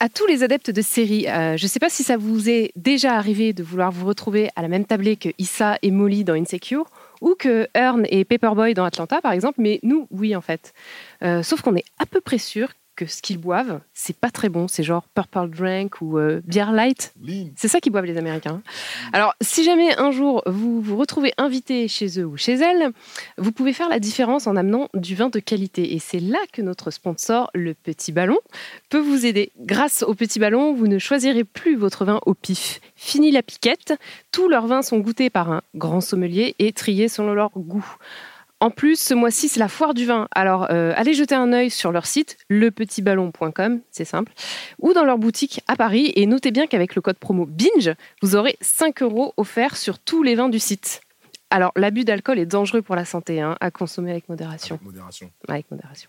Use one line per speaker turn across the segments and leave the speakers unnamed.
À tous les adeptes de séries, euh, je ne sais pas si ça vous est déjà arrivé de vouloir vous retrouver à la même tablée que Issa et Molly dans Insecure, ou que Earn et Paperboy dans Atlanta, par exemple, mais nous, oui, en fait. Euh, sauf qu'on est à peu près sûr que ce qu'ils boivent, c'est pas très bon. C'est genre Purple Drink ou euh, Beer Light. C'est ça qu'ils boivent les Américains. Alors, si jamais un jour vous vous retrouvez invité chez eux ou chez elles, vous pouvez faire la différence en amenant du vin de qualité. Et c'est là que notre sponsor, le Petit Ballon, peut vous aider. Grâce au Petit Ballon, vous ne choisirez plus votre vin au pif. Fini la piquette, tous leurs vins sont goûtés par un grand sommelier et triés selon leur goût. En plus, ce mois-ci, c'est la foire du vin. Alors, euh, allez jeter un œil sur leur site, lepetitballon.com, c'est simple, ou dans leur boutique à Paris. Et notez bien qu'avec le code promo BINGE, vous aurez 5 euros offerts sur tous les vins du site. Alors, l'abus d'alcool est dangereux pour la santé, hein, à consommer avec modération.
Modération.
Avec modération.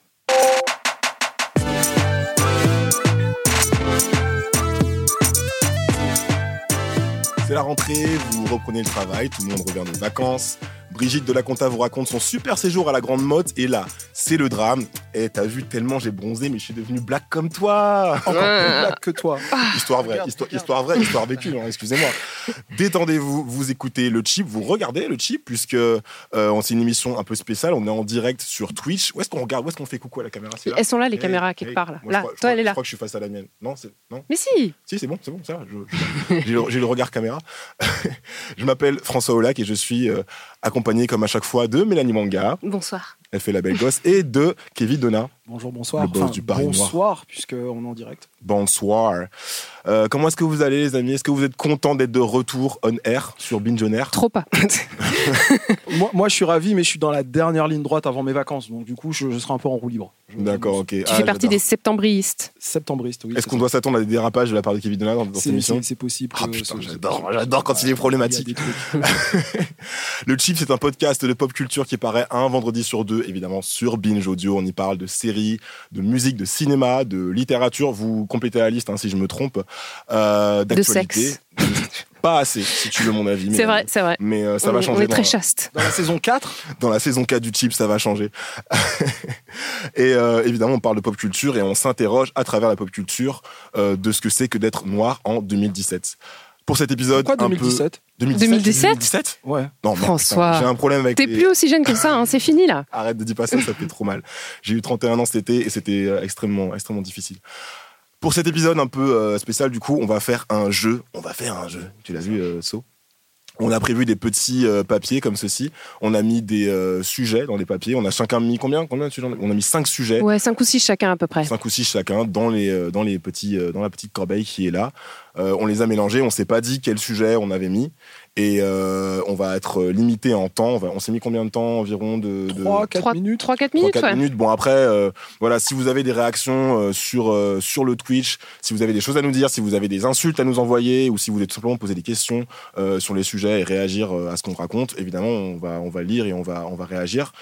C'est la rentrée, vous reprenez le travail, tout le monde revient de vacances. Brigitte de la Conta vous raconte son super séjour à la Grande Motte et là, c'est le drame. Eh, t'as vu tellement j'ai bronzé, mais je suis devenu black comme toi. Encore plus black que toi. Histoire vraie,
Oh, euh. Ah. Regarde,
histoire,
regarde.
histoire vraie, histoire vécue, hein, excusez-moi. Détendez-vous, vous écoutez le chip, vous regardez le chip, puisque euh, on- c'est une émission un peu spéciale, on est en direct sur Twitch. Où est-ce qu'on regarde, où est-ce qu'on fait coucou à la caméra C'est là
Elles sont là, les
Hey,
caméras,
hey,
quelque part. Là,
moi, je
là
crois- je
toi,
crois-
elle est
Je
là.
crois que je suis face à la mienne. Non, c'est... Non
Mais si
si, c'est bon, c'est bon, ça va. je- je- J'ai le, j'ai le regard caméra. je m'appelle François Olac et je suis euh, accompagné, comme à chaque fois, de Mélanie Manga,
Bonsoir.
elle fait la belle gosse, et de Kevin Donna.
Bonjour, bonsoir.
Le boss du Paris Noir.
bonsoir, puisqu'on est en direct.
Bonsoir. Euh, comment est-ce que vous allez, les amis Est-ce que vous êtes content d'être de retour on air sur Binge on Air
Trop pas.
Moi, moi, je suis ravi, mais je suis dans la dernière ligne droite avant mes vacances. Donc, du coup, je, je serai un peu en roue libre. Je-
D'accord, ok. Ah,
tu fais partie des septembriistes.
Septembriste, oui.
Est-ce qu'on doit s'attendre à des dérapages de la part de Kevin Donna dans, dans cette
C'est
émission
c'est- c'est possible.
Ah,
que
putain,
ce-
j'adore, j'adore quand il est problématique.
Il y a des trucs.
Le Chip, c'est un podcast de pop culture qui paraît un vendredi sur deux, évidemment sur Binge Audio. On y parle de séries, de musique, de cinéma, de littérature. Vous complétez la liste hein, si je me trompe. Euh, d'actualité.
sexe.
Pas assez, si tu veux mon avis.
C'est
mais-
vrai, c'est vrai.
Mais euh, ça
on,
va
est-
changer.
on est
dans-
très chaste.
Dans la saison 4,
dans la saison 4 du Chip, ça va changer. et euh, évidemment, on parle de pop culture et on s'interroge à travers la pop culture euh, de ce que c'est que d'être noir en 2017. Pour cet épisode,
pourquoi
un peu-
2017
2017?
2017
Ouais.
Non, merde,
François,
putain, j'ai un problème avec
T'es
les-
plus aussi jeune que ça, hein, c'est fini là.
Arrête de dire pas ça, ça fait trop mal. J'ai eu 31 ans cet été et c'était euh, extrêmement, extrêmement difficile. Pour cet épisode un peu euh, spécial, du coup, on va faire un jeu. On va faire un jeu. Tu l'as vu, euh, So On a prévu des petits euh, papiers comme ceci. On a mis des euh, sujets dans les papiers. On a chacun mis combien, combien de sujets on a- On a mis 5 sujets.
Ouais, 5 ou 6 chacun à peu près.
5 ou 6 chacun dans, les, euh, dans, les petits, euh, dans la petite corbeille qui est là. Euh, on les a mélangés, on s'est pas dit quel sujet on avait mis. Et euh, on va être euh, limité en temps. On, va- on s'est mis combien de temps environ de, de-
3, 4
Trois- 3-4
minutes.
3
minutes,
4
ouais.
minutes. Bon après euh, voilà, si vous avez des réactions euh, sur euh, sur le Twitch, si vous avez des choses à nous dire, si vous avez des insultes à nous envoyer ou si vous voulez tout simplement poser des questions euh, sur les sujets et réagir euh, à ce qu'on raconte, évidemment, on va on va lire et on va on va réagir.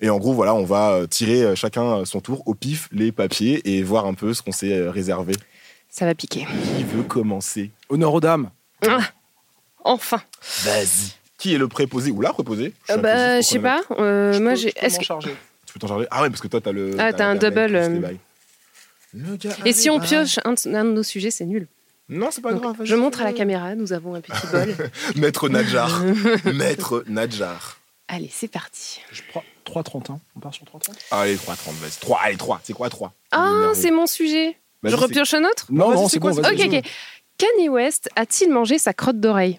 Et en gros, voilà, on va euh, tirer euh, chacun son tour au pif les papiers et voir un peu ce qu'on s'est euh, réservé.
Ça va piquer.
Qui veut commencer
Honneur aux dames.
Enfin.
Vas-y. Qui est le préposé ou la préposée Je suis
Euh, bah,
impossible,
je sais pas. euh,
Je
moi,
peux-
j'ai.
je peux
est-ce
m'en
que-
charger.
Tu peux t'en charger Ah ouais, parce que toi, t'as le.
Ah, t'as un
le carnet,
double,
tous tes
euh,
bails. Le gars
Et si on
arrive, hein.
pioche un de, un de nos sujets, c'est nul.
Non, c'est pas
Donc,
grave.
je
vas-y,
montre à la
vas-y.
caméra, nous avons un petit bol.
Maître Nadjar. Maître Nadjar.
Allez, c'est parti.
Je prends 3,31. On part sur 3,30
Allez, 3, 30, vas-y. 3, allez, 3. C'est quoi 3
Ah, c'est mon sujet.
Vas-y,
je
c'est-
repioche un autre
Non,
Vas-y,
non,
c'est
c'est
quoi,
bon,
c'est
vas-y.
Ok, ok. Kanye West a-t-il mangé sa crotte d'oreille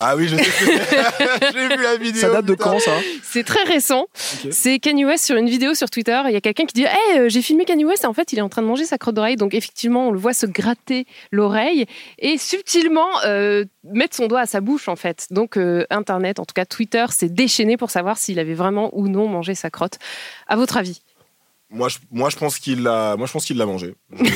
Ah oui, je sais ce que c'est. J'ai vu la vidéo.
Ça date de quand, ça
C'est très récent.
Ok.
C'est Kanye West sur une vidéo sur Twitter. Il y a quelqu'un qui dit Hey, euh, j'ai filmé Kanye West et en fait, il est en train de manger sa crotte d'oreille. Donc, effectivement, on le voit se gratter l'oreille et subtilement euh, mettre son doigt à sa bouche, en fait. Donc, euh, Internet, en tout cas Twitter, s'est déchaîné pour savoir s'il avait vraiment ou non mangé sa crotte. À votre avis
Moi je, moi, je pense qu'il l'a, moi, je pense qu'il l'a mangé.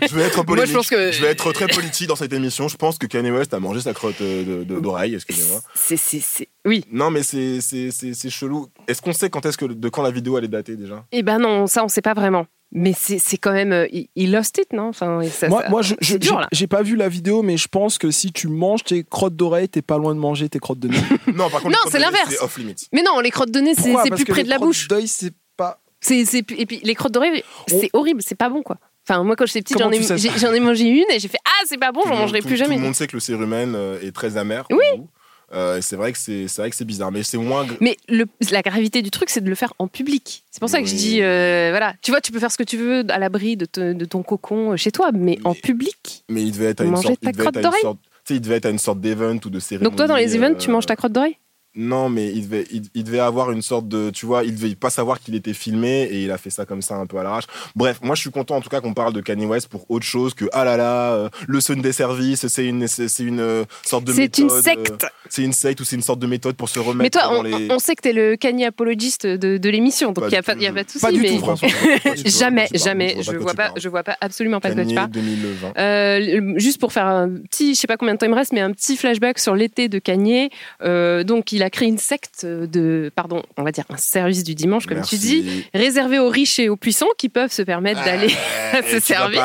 Je, je vais être
Moi, je
politique.
pense que-
vais être très politique dans cette émission. Je pense que Kanye West a mangé sa crotte euh, de- de- d'oreille. Excusez-moi.
C'est, c'est, c'est- Oui.
Non, mais c'est, c'est, c'est, c'est chelou. Est-ce qu'on sait quand est-ce que de quand la vidéo elle est datée déjà
Eh ben non, ça, on sait pas vraiment. Mais c'est c'est quand même. euh, Il il lost it, non enfin, et ça-
Moi,
ça-
moi je, je-
c'est dur,
j'ai-
là.
j'ai pas vu la vidéo, mais je pense que si tu manges tes crottes d'oreille, t'es pas loin de manger tes crottes de nez.
Non, par contre,
Non,
quand
c'est
elle est-
l'inverse.
C'est off limit.
Mais non, les crottes de nez, c'est,
Pourquoi
c'est
Parce
plus
que
près
les
de la
crottes
bouche.
d'œil, c'est pas.
C'est- c'est- et puis les crottes d'oreille, c'est horrible, c'est pas bon quoi. Enfin, moi quand j'étais petite, j'en
Comment
ai,
tu sais
j'ai- j'en ai mangé une et j'ai fait Ah, c'est pas bon,
Tout
j'en
le-
mangerai
tout-
plus jamais.
Tout le monde sait que le cérumen euh, est très amer.
Oui.
pour vous. Euh, et c'est vrai que c'est, c'est vrai que c'est bizarre, mais c'est moins. gr-
Mais le- la gravité du truc, c'est de le faire en public. C'est pour ça que je
Oui.
dis euh, Voilà, tu vois, tu peux faire ce que tu veux à l'abri de, te- de ton cocon euh, chez toi, mais, en
Mais-
public.
Mais il devait être à une
Manger
sorte.
ta
il devait être
crotte
à une
d'oreille
sorte- tu sais, il devait être à une sorte d'event ou de cérémonie.
Donc toi, dans les events, tu
euh,
manges ta crotte d'oreille
Non, mais il devait, il, il devait avoir une sorte de. Tu vois, il devait pas savoir qu'il était filmé et il a fait ça comme ça un peu à l'arrache. Bref, moi je suis content en tout cas qu'on parle de Kanye West pour autre chose que ah là là, euh, le Sunday Service, c'est une, c'est c'est une euh, sorte de
C'est une
méthode.
secte.
euh, c'est une secte ou c'est une sorte de méthode pour se remettre
Mais toi,
dans
on,
les.
on sait que t'es le cani apologiste de, de l'émission, donc
Pas
il n'y a,
du
pas-
tout,
y a
je-
pas de souci.
Pas du
mais-
tout, François.
Pas du tout, hein.
Jamais,
je vois pas hein. de quoi
jamais,
tu
je
parles.
vois pas,
parles.
je vois pas absolument pas de quoi tu
Kanye
parles.
2020.
Euh, le- juste pour faire un petit, je sais pas combien de temps il me reste, mais un petit flashback sur l'été de Kanye. Euh, donc, il a créé une secte de, pardon, on va dire un service du dimanche, comme tu dis, réservé aux riches et aux puissants qui peuvent se
Ah,
permettre d'aller.
à
ce service.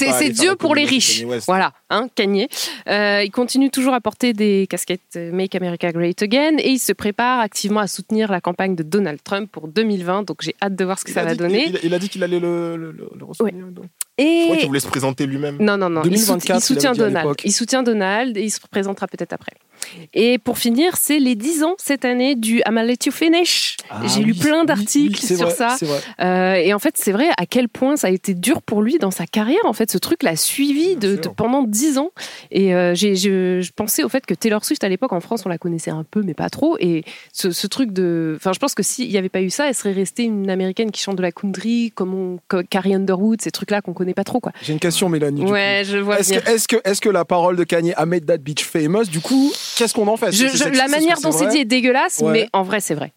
C'est- c'est Dieu pour les riches. Voilà, hein, Kanye. Euh, il continue toujours à porter des casquettes euh, Make America Great Again et il se prépare activement à soutenir la campagne de Donald Trump pour 2020. Donc, j'ai hâte de voir ce que ça va donner.
Il, il a dit qu'il allait le, le, le, le recevoir, donc. Je crois
Et
qu'il voulait se présenter lui-même.
Non, non, non. il sout-
2024,
il soutient
il avait dit à
Donald.
l'époque.
Il soutient Donald et il se présentera peut-être après. Et pour finir, c'est les 10 ans cette année du I'm gonna let you finish.
Ah
J'ai lu plein d'articles sur ça. Euh, et en fait, c'est vrai à quel point ça a été dur pour lui dans sa carrière. En fait, ce truc l'a suivi
Bien
de,
sûr.
de- pendant 10 ans. Et euh, j'ai- je, je pensais au fait que Taylor Swift, à l'époque, en France, on la connaissait un peu, mais pas trop. Et ce, ce truc de. Enfin, je pense que s'il n'y avait pas eu ça, elle serait restée une américaine qui chante de la country, comme on- comme Carrie Underwood, ces trucs-là qu'on connaît pas trop, quoi.
J'ai une question, Mélanie. du coup.
Ouais, je vois
Est-ce
bien.
que, est-ce que, est-ce que la parole de Kanye a made that bitch famous Du coup, qu'est-ce qu'on en fait Est-ce
Je-
que c'est
je-
sexiste
la
Est-ce que
manière dont c'est
vrai
dit est dégueulasse,
Ouais.
mais en vrai, c'est vrai.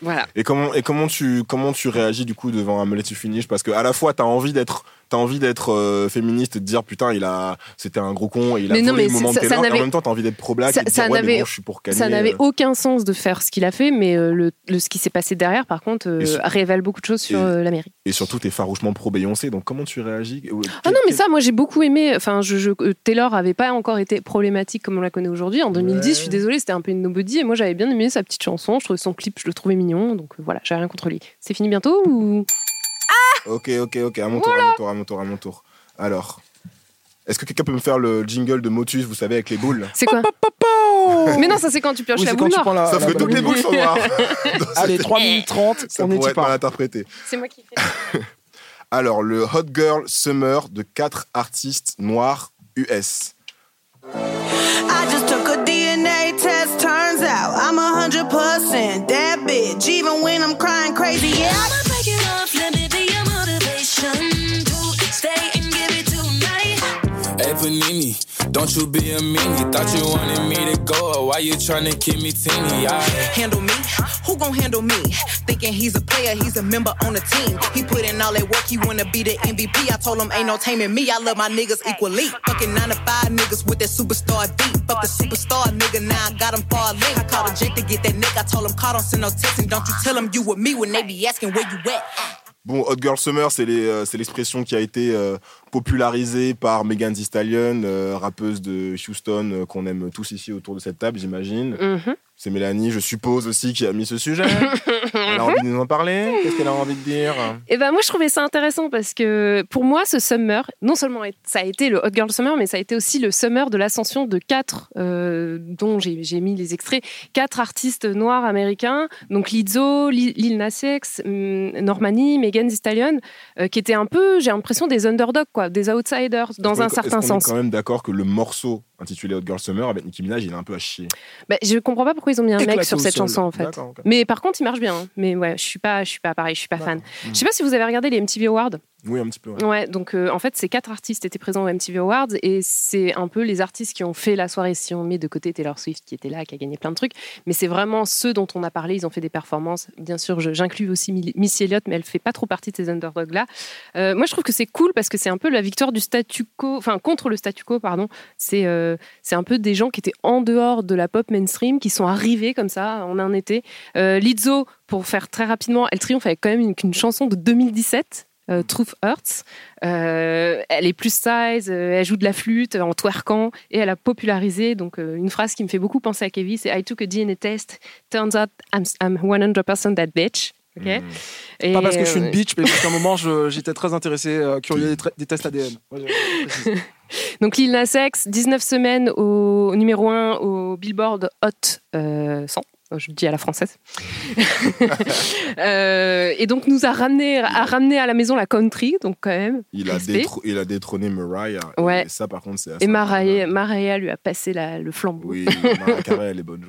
voilà.
Et comment et comment tu comment tu réagis du coup devant un Let You Finish parce que à la fois t'as envie d'être t'as envie d'être euh, féministe et de dire putain il a c'était un gros con et il a
Mais
volé
non, mais
le moment de
ça- ça
Taylor et en
n'avait-
même temps t'as envie d'être pro black
Ça-
et de
ça
dire, ouais, mais
n'avait-
bon, je suis pour Kanye
Ça n'avait
euh,
aucun sens de faire ce qu'il a fait, mais euh, le, le- ce qui s'est passé derrière, par contre, euh,
Et sur-
révèle beaucoup de choses sur
et-
euh, l'Amérique.
et surtout t'es farouchement pro Beyoncé donc comment tu réagis
Ah non, mais ça, moi, j'ai beaucoup aimé. Enfin, je, je- euh, Taylor avait pas encore été problématique comme on la connaît aujourd'hui. En 2010,
Ouais.
je suis désolée, c'était un peu une nobody, et moi, j'avais bien aimé sa petite chanson. Je trouvais son clip, je le trouvais mignon, donc euh, voilà, j'ai rien contre lui. C'est fini bientôt ou
Ok, ok, ok, à mon tour, à mon tour, à mon tour, à mon tour. Alors, est-ce que quelqu'un peut me faire le jingle de Motus, vous savez, avec les boules
C'est quoi Mais non, ça c'est quand tu pioches
Oui,
la
c'est
boule
quand tu
noire.
prends la-
Sauf
Ah, la
que toutes les
balle.
boules sont noires.
Allez, 3 minutes 30,
Ça
on est
pourrait
y
être mal
part.
interprété.
C'est moi qui fais.
Alors, le Hot Girl Summer de quatre artistes noirs US.
I just took a DNA test, turns out I'm a hundred percent that bitch. Even when I'm crying crazy, yeah.
I'ma break it off, let me be your motivation to stay and give it tonight.
Hey Panini, don't you be a meanie. Thought you wanted me to go, why you tryna keep me teeny? I
Handle me? Who gon' handle me? Thinking he's a player, he's a member on the team. He put in all that work, he wanna be the MVP. I told him ain't no taming me, I love my niggas equally. Fucking nine to five niggas with that superstar deep. Fuck the superstar nigga, now I got him far link. I called a jet to get that nigga, I told him call, don't send no text, and don't you tell him you with me when they be asking where you at.
Bon, Hot Girl Summer, c'est les, euh, c'est l'expression qui a été euh, popularisée par Megan Thee Stallion, euh, rappeuse de Houston euh, qu'on aime tous ici autour de cette table, j'imagine.
Mhm.
C'est Mélanie, je suppose aussi, qui a mis ce sujet. Elle a envie de nous en parler. Qu'est-ce qu'elle a envie de dire
Et ben moi je trouvais ça intéressant parce que pour moi ce summer, non seulement est- ça a été le Hot Girl Summer, mais ça a été aussi le summer de l'ascension de quatre, euh, dont j'ai j'ai mis les extraits, quatre artistes noirs américains, donc Lizzo, Li- Lil Nas X, hum, Normani, Megan Thee Stallion, euh, qui étaient un peu, j'ai l'impression, des underdogs, quoi, des outsiders dans
Est-ce qu'on
un
est-
certain
est-ce qu'on est
sens.
quand même d'accord que le morceau intitulé Hot Girl Summer avec Nicki Minaj, il est un peu à chier.
Bah, je comprends pas pourquoi ils ont mis un mec
Éclaté
sur
au
cette
sol.
chanson en fait.
D'accord, ok.
Mais par contre, il marche bien. hein. Mais ouais, je suis pas, je suis pas pareil, je suis pas fan.
Hmm.
Je sais pas si vous avez regardé les MTV Awards.
Oui, un petit peu. ouais.
Ouais, donc euh, en fait, ces quatre artistes étaient présents aux MTV Awards et c'est un peu les artistes qui ont fait la soirée. Si on met de côté Taylor Swift qui était là, qui a gagné plein de trucs, mais c'est vraiment ceux dont on a parlé. Ils ont fait des performances. Bien sûr, je- j'inclus aussi Mil- Missy Elliott, mais elle fait pas trop partie de ces underdogs là. moi, je trouve que c'est cool parce que c'est un peu la victoire du statu quo, enfin contre le statu quo, pardon. C'est euh, c'est un peu des gens qui étaient en dehors de la pop mainstream qui sont arrivés comme ça en un été. Euh, Lizzo, pour faire très rapidement, elle triomphe avec quand même une, une chanson de 2017. euh, Truth Hurts. Euh, elle est plus size, euh, elle joue de la flûte euh, en twerkant et elle a popularisé donc euh, une phrase qui me fait beaucoup penser à Kevin, c'est I took a DNA test, turns out I'm, I'm 100% that bitch. Ok.
Mm.
Et,
Mm. Pas parce que je suis
euh,
une bitch, mais parce qu'à un moment, je- j'étais très intéressé, euh, curieux des, tra- des tests ADN. Voilà, je précise.
Donc Lil Nas X, 19 semaines au numéro 1 au Billboard Hot euh, 100. Je le dis à la française. Euh, et donc nous a ramené, a ramené à la maison la country, donc quand même.
Il a,
respect.
détro- il a détrôné Mariah. Et-
Ouais.
Et ça, par contre, c'est assez.
Et Mariah, Mariah lui a passé la- le flambeau.
Oui, Mariah Carey, elle est bonne.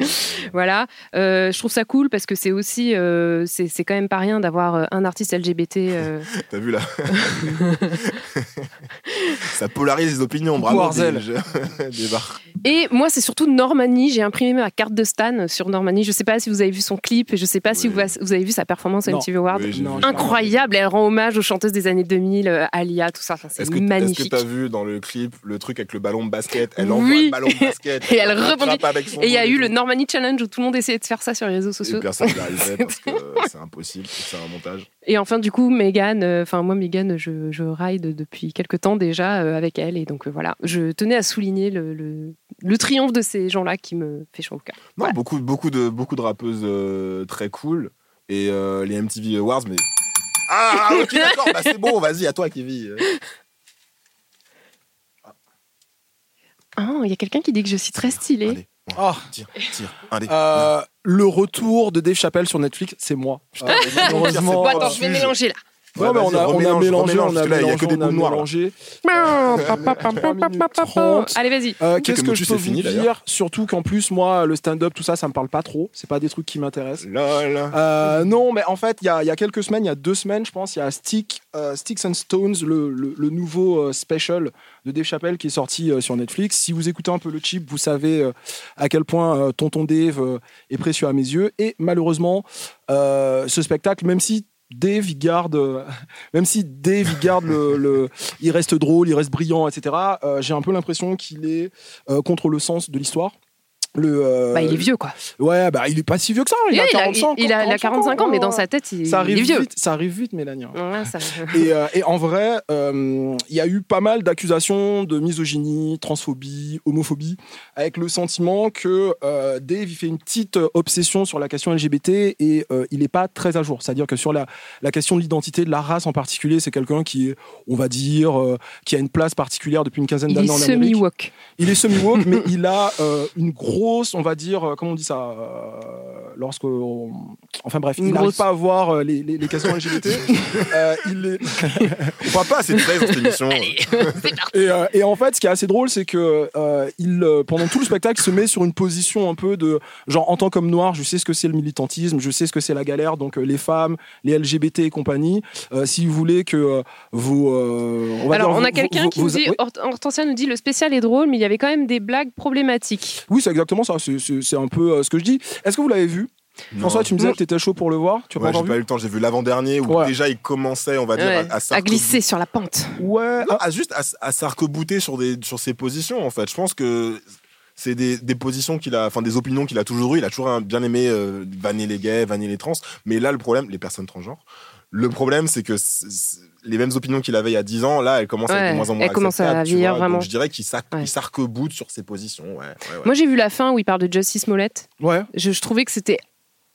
Voilà, Euh, je trouve ça cool parce que c'est aussi, euh, c'est c'est quand même pas rien d'avoir euh, un artiste LGBT. euh,
T'as vu là Ça polarise les opinions, bravo.
Warzel.
Des, des barres.
Et moi, c'est surtout Normani. J'ai imprimé ma carte de Stan sur Normani. Je sais pas si vous avez vu son clip, je sais pas si
Oui.
vous, vous avez vu sa performance à
Non.
MTV Awards.
Oui, j'ai
Non,
vu.
j'ai
Incroyable, elle rend hommage aux chanteuses des années 2000, euh, Alia, tout ça. Enfin, c'est
Est-ce que est-ce que
magnifique.
t'as vu dans le clip le truc avec le ballon de basket Elle envoie
Oui.
le ballon de basket.
Et elle
la
rebondit.
frappe avec son
Et il y a
dos
eu le
tout.
Normani Challenge où tout le monde essayait de faire ça sur les réseaux
Et
sociaux.
personne n'y arrivait parce que c'est impossible, c'est un montage.
Et enfin, du coup, Megan, enfin, moi, Megan, je, je ride depuis quelques temps déjà euh, avec elle. Et donc, euh, voilà, je tenais à souligner le, le, le triomphe de ces gens-là qui me fait chaud au cœur.
Non,
Voilà.
beaucoup, beaucoup, de, beaucoup de rappeuses euh, très cool et euh, les MTV Awards, mais. Ah, ok, d'accord, bah c'est bon, vas-y, à toi, Kevin. Euh,
Ah, il y a quelqu'un qui dit que je suis très stylée.
Allez,
Ah,
tire, tire, allez.
euh, le retour de Dave Chappelle sur Netflix, c'est moi. Euh, malheureusement,
Bon,
Oh,
attends, je vais
suis-je.
mélanger là.
Non, mais on a, on a mélangé, on a
là, il n'y a que des
mélangé, on a
bouts noirs. là.
mélangé.
Allez, vas-y.
Euh,
Quelques
Qu'est-ce que
minutes,
je
c'est
peux
fini,
vous
d'ailleurs.
dire Surtout qu'en plus, moi, le stand-up, tout ça, ça me parle pas trop. C'est pas des trucs qui m'intéressent.
Lol.
Euh, non, mais en fait, il y, a il y a quelques semaines, il y a deux semaines, je pense, il y a Stick, euh, Sticks and Stones, le, le- le nouveau euh, special de Dave Chappelle qui est sorti euh, sur Netflix. Si vous écoutez un peu le chip, vous savez euh, à quel point euh, Tonton Dave euh, est précieux à mes yeux. Et malheureusement, euh, ce spectacle, même si Dave il garde, euh, même si Dave il garde le, le- il reste drôle, il reste brillant, etc. euh, J'ai un peu l'impression qu'il est euh, contre le sens de l'histoire. Le, euh,
Bah, il est vieux, quoi.
Ouais, bah il est pas si vieux que ça.
Oui,
Il, a,
il, a,
45,
il- il a- il a 45 ans, mais dans sa tête, il,
ça arrive
il est vieux.
vite. Ça arrive vite, Mélanie. hein.
Ouais, ça-
Et, euh, et en vrai, euh, il y a eu pas mal d'accusations de misogynie, transphobie, homophobie, avec le sentiment que euh, Dave il fait une petite euh, obsession sur la question LGBT et euh, il n'est pas très à jour. C'est-à-dire que sur la, la question de l'identité, de la race en particulier, c'est quelqu'un qui est, on va dire, euh, qui a une place particulière depuis une quinzaine
il est
d'années en Amérique.
semi-walk.
Il est semi-woke, mais il a euh, une grosse, on va dire, euh, comment on dit ça euh, Lorsque. on- Enfin bref,
Une
il n'arrive
grosse-
pas à voir euh, les, les, les questions LGBT. Euh, il est-
On parle pas assez de sexe dans cette émission.
et, euh, et en fait, ce qui est assez drôle, c'est que euh, il, euh, pendant tout le spectacle, se met sur une position un peu de genre en tant qu'homme noir, je sais ce que c'est le militantisme, je sais ce que c'est la galère. Donc euh, les femmes, les LGBT et compagnie, euh, si vous voulez que euh, vous, euh, on va
Alors,
dire,
on a
vous-
quelqu'un
vous-
qui nous
vous-
dit,
oui.
Hort- Hortensia nous dit, le spécial est drôle, mais il y avait quand même des blagues problématiques.
Oui, c'est exactement ça. C'est- C'est c'est un peu euh, ce que je dis. Est-ce que vous l'avez vu François, tu me disais
Non.
que t'étais chaud pour le voir. Tu as
euh. Ouais,
pas
j'ai
encore
pas eu
vu
le temps, j'ai vu l'avant-dernier où
Ouais.
déjà il commençait, on va dire,
Ouais,
à, à
à
s'arc-
glisser sur la pente.
Ouais.
Ah
Ah.
Non, à juste à, s- à s'arc-bouter sur, des- sur ses positions, en fait. Je pense que c'est des, des positions qu'il a, enfin des opinions qu'il a toujours eues. Il a toujours un- bien aimé euh, vanner les gays, vanner les trans. Mais là, le problème, les personnes transgenres, le problème, c'est que c- c- les mêmes opinions qu'il avait il y a 10 ans, là, elles commencent à être
Ouais,
de moins en moins
elles commencent à
acceptables, tu
vieillir
vois.
vraiment.
Donc, je dirais qu'il s'arc-
Ouais.
il s'arc-boute sur ses positions. ouais, ouais, ouais.
Moi, j'ai vu la fin où il parle de Justice Smollett.
Ouais.
Je, je trouvais que c'était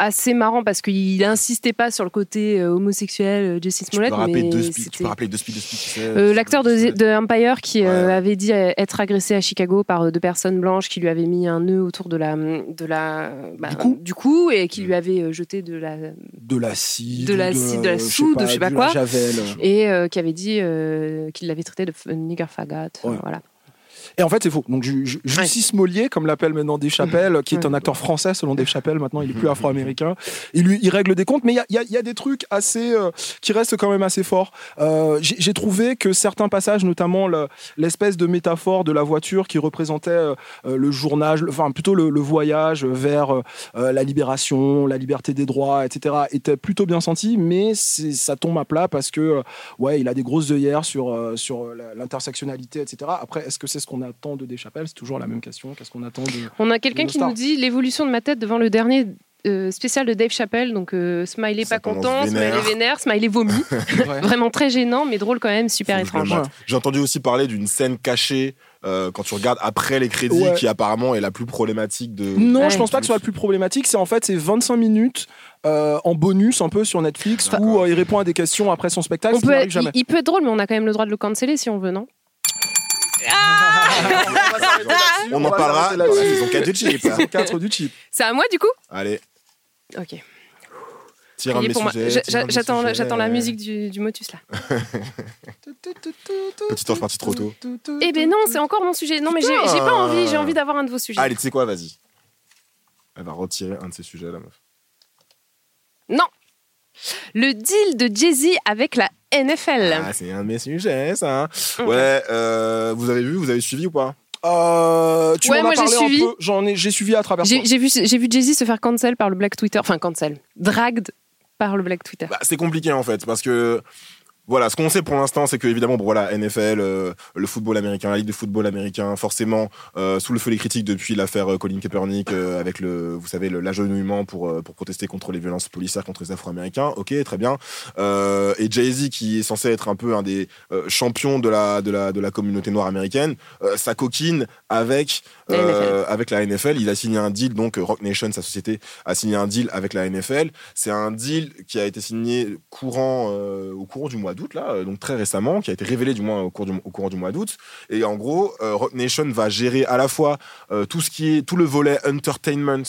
assez marrant parce qu'il insistait pas sur le côté euh, homosexuel euh, Justice
tu peux
Smollett.
rappeler
mais
deux speaks, tu
c'était-
peux rappeler deux speaks, deux speaks, tu sais,
Euh,
tu-
L'acteur
tu
de,
sais.
de Empire qui euh,
Ouais.
avait dit euh, être agressé à Chicago par euh, deux personnes blanches qui lui avaient mis un nœud autour de la, de la bah,
Du cou.
cou et
Mm.
qui lui avaient euh, jeté de la
De l'acide.
De
ou
l'acide, de la
je sais
soude, je sais pas
de
quoi.
La javel.
et euh, qui avait dit euh, qu'il l'avait traité de f- nigger fagot. Enfin,
Ouais.
Voilà.
Et en fait, c'est faux. Donc, Ju- Ju- Justice Mollier, comme l'appelle maintenant Dave Chappelle, qui est un acteur français selon Dave Chappelle, maintenant il est plus afro-américain, il, lui, il règle des comptes, mais il y a, il y a- il y a des trucs assez, euh, qui restent quand même assez forts. Euh, J'ai j'ai trouvé que certains passages, notamment le- l'espèce de métaphore de la voiture qui représentait euh, euh, le journage, le- enfin plutôt le, le voyage vers euh, euh, la libération, la liberté des droits, etc., était plutôt bien senti, mais c'est- ça tombe à plat parce que euh, ouais, il a des grosses œillères sur, euh, sur euh, la- l'intersectionnalité, etc. Après, est-ce que c'est ce qu'on attend de Deschapelles C'est toujours la même question. Qu'est-ce qu'on attend de.
On a quelqu'un
Nos
qui
stars.
nous dit l'évolution de ma tête devant le dernier euh, spécial de Dave Chappelle. Donc, euh, smiley
Ça
pas
commence
content,
vénère.
smiley vénère, smiley vomi. Vraiment très gênant, mais drôle quand même, super
Faut que je le
étrange.
mate. J'ai entendu aussi parler d'une scène cachée euh, quand tu regardes après les crédits,
Ouais.
qui apparemment est la plus problématique de.
Non,
Ouais.
je pense pas que ce soit le plus problématique. C'est en fait, c'est 25 minutes euh, en bonus un peu sur Netflix où euh, il répond à des questions après son spectacle.
On
ce qui
peut,
n'arrive
il,
jamais.
il peut être drôle, mais on a quand même le droit de le canceller si on veut, non
On en parlera dans la saison 4 de Chip.
4 du chip.
C'est à moi du coup
Allez,
Ok.
tire un
Priez
de mes
pour moi.
sujets.
Je-
tire un de mes
J'attends
sujets.
j'attends la musique du, du motus là.
Petit ange parti trop tôt.
Eh ben non, c'est encore mon sujet. Non, mais j'ai j'ai pas envie, j'ai envie d'avoir un de vos sujets.
Allez, tu sais quoi, vas-y. Elle va retirer un de ses sujets, la meuf.
Le deal de Jay-Z avec la NFL.
Ah, c'est un de mes sujets, ça. hein. Ouais, euh, vous avez vu, vous avez suivi ou pas
Euh, tu
Ouais,
m'en
moi,
as
j'ai
parlé un
suivi.
peu. J'en ai, j'ai suivi à travers.
J'ai
toi.
j'ai vu, j'ai vu Jay-Z se faire cancel par le Black Twitter. Enfin, cancel. Dragged par le Black Twitter.
Bah, c'est compliqué en fait parce que voilà, ce qu'on sait pour l'instant, c'est que évidemment, bon, voilà, NFL, euh, le football américain, la ligue de football américain, forcément euh, sous le feu des critiques depuis l'affaire euh, Colin Kaepernick euh, avec le, vous savez, le- l'agenouillement pour euh, pour protester contre les violences policières contre les Afro-Américains. Ok, très bien. Euh, et Jay Z qui est censé être un peu un des euh, champions de la de la de la communauté noire américaine, euh, ça coquine avec
La
euh, avec la NFL. Il a signé un deal, donc euh, Rock Nation, sa société, a signé un deal avec la NFL. C'est un deal qui a été signé courant, euh, au courant du mois d'août, là, euh, donc très récemment, qui a été révélé du moins au, cours du, au courant du mois d'août. Et en gros, euh, Rock Nation va gérer à la fois euh, tout ce qui est tout le volet entertainment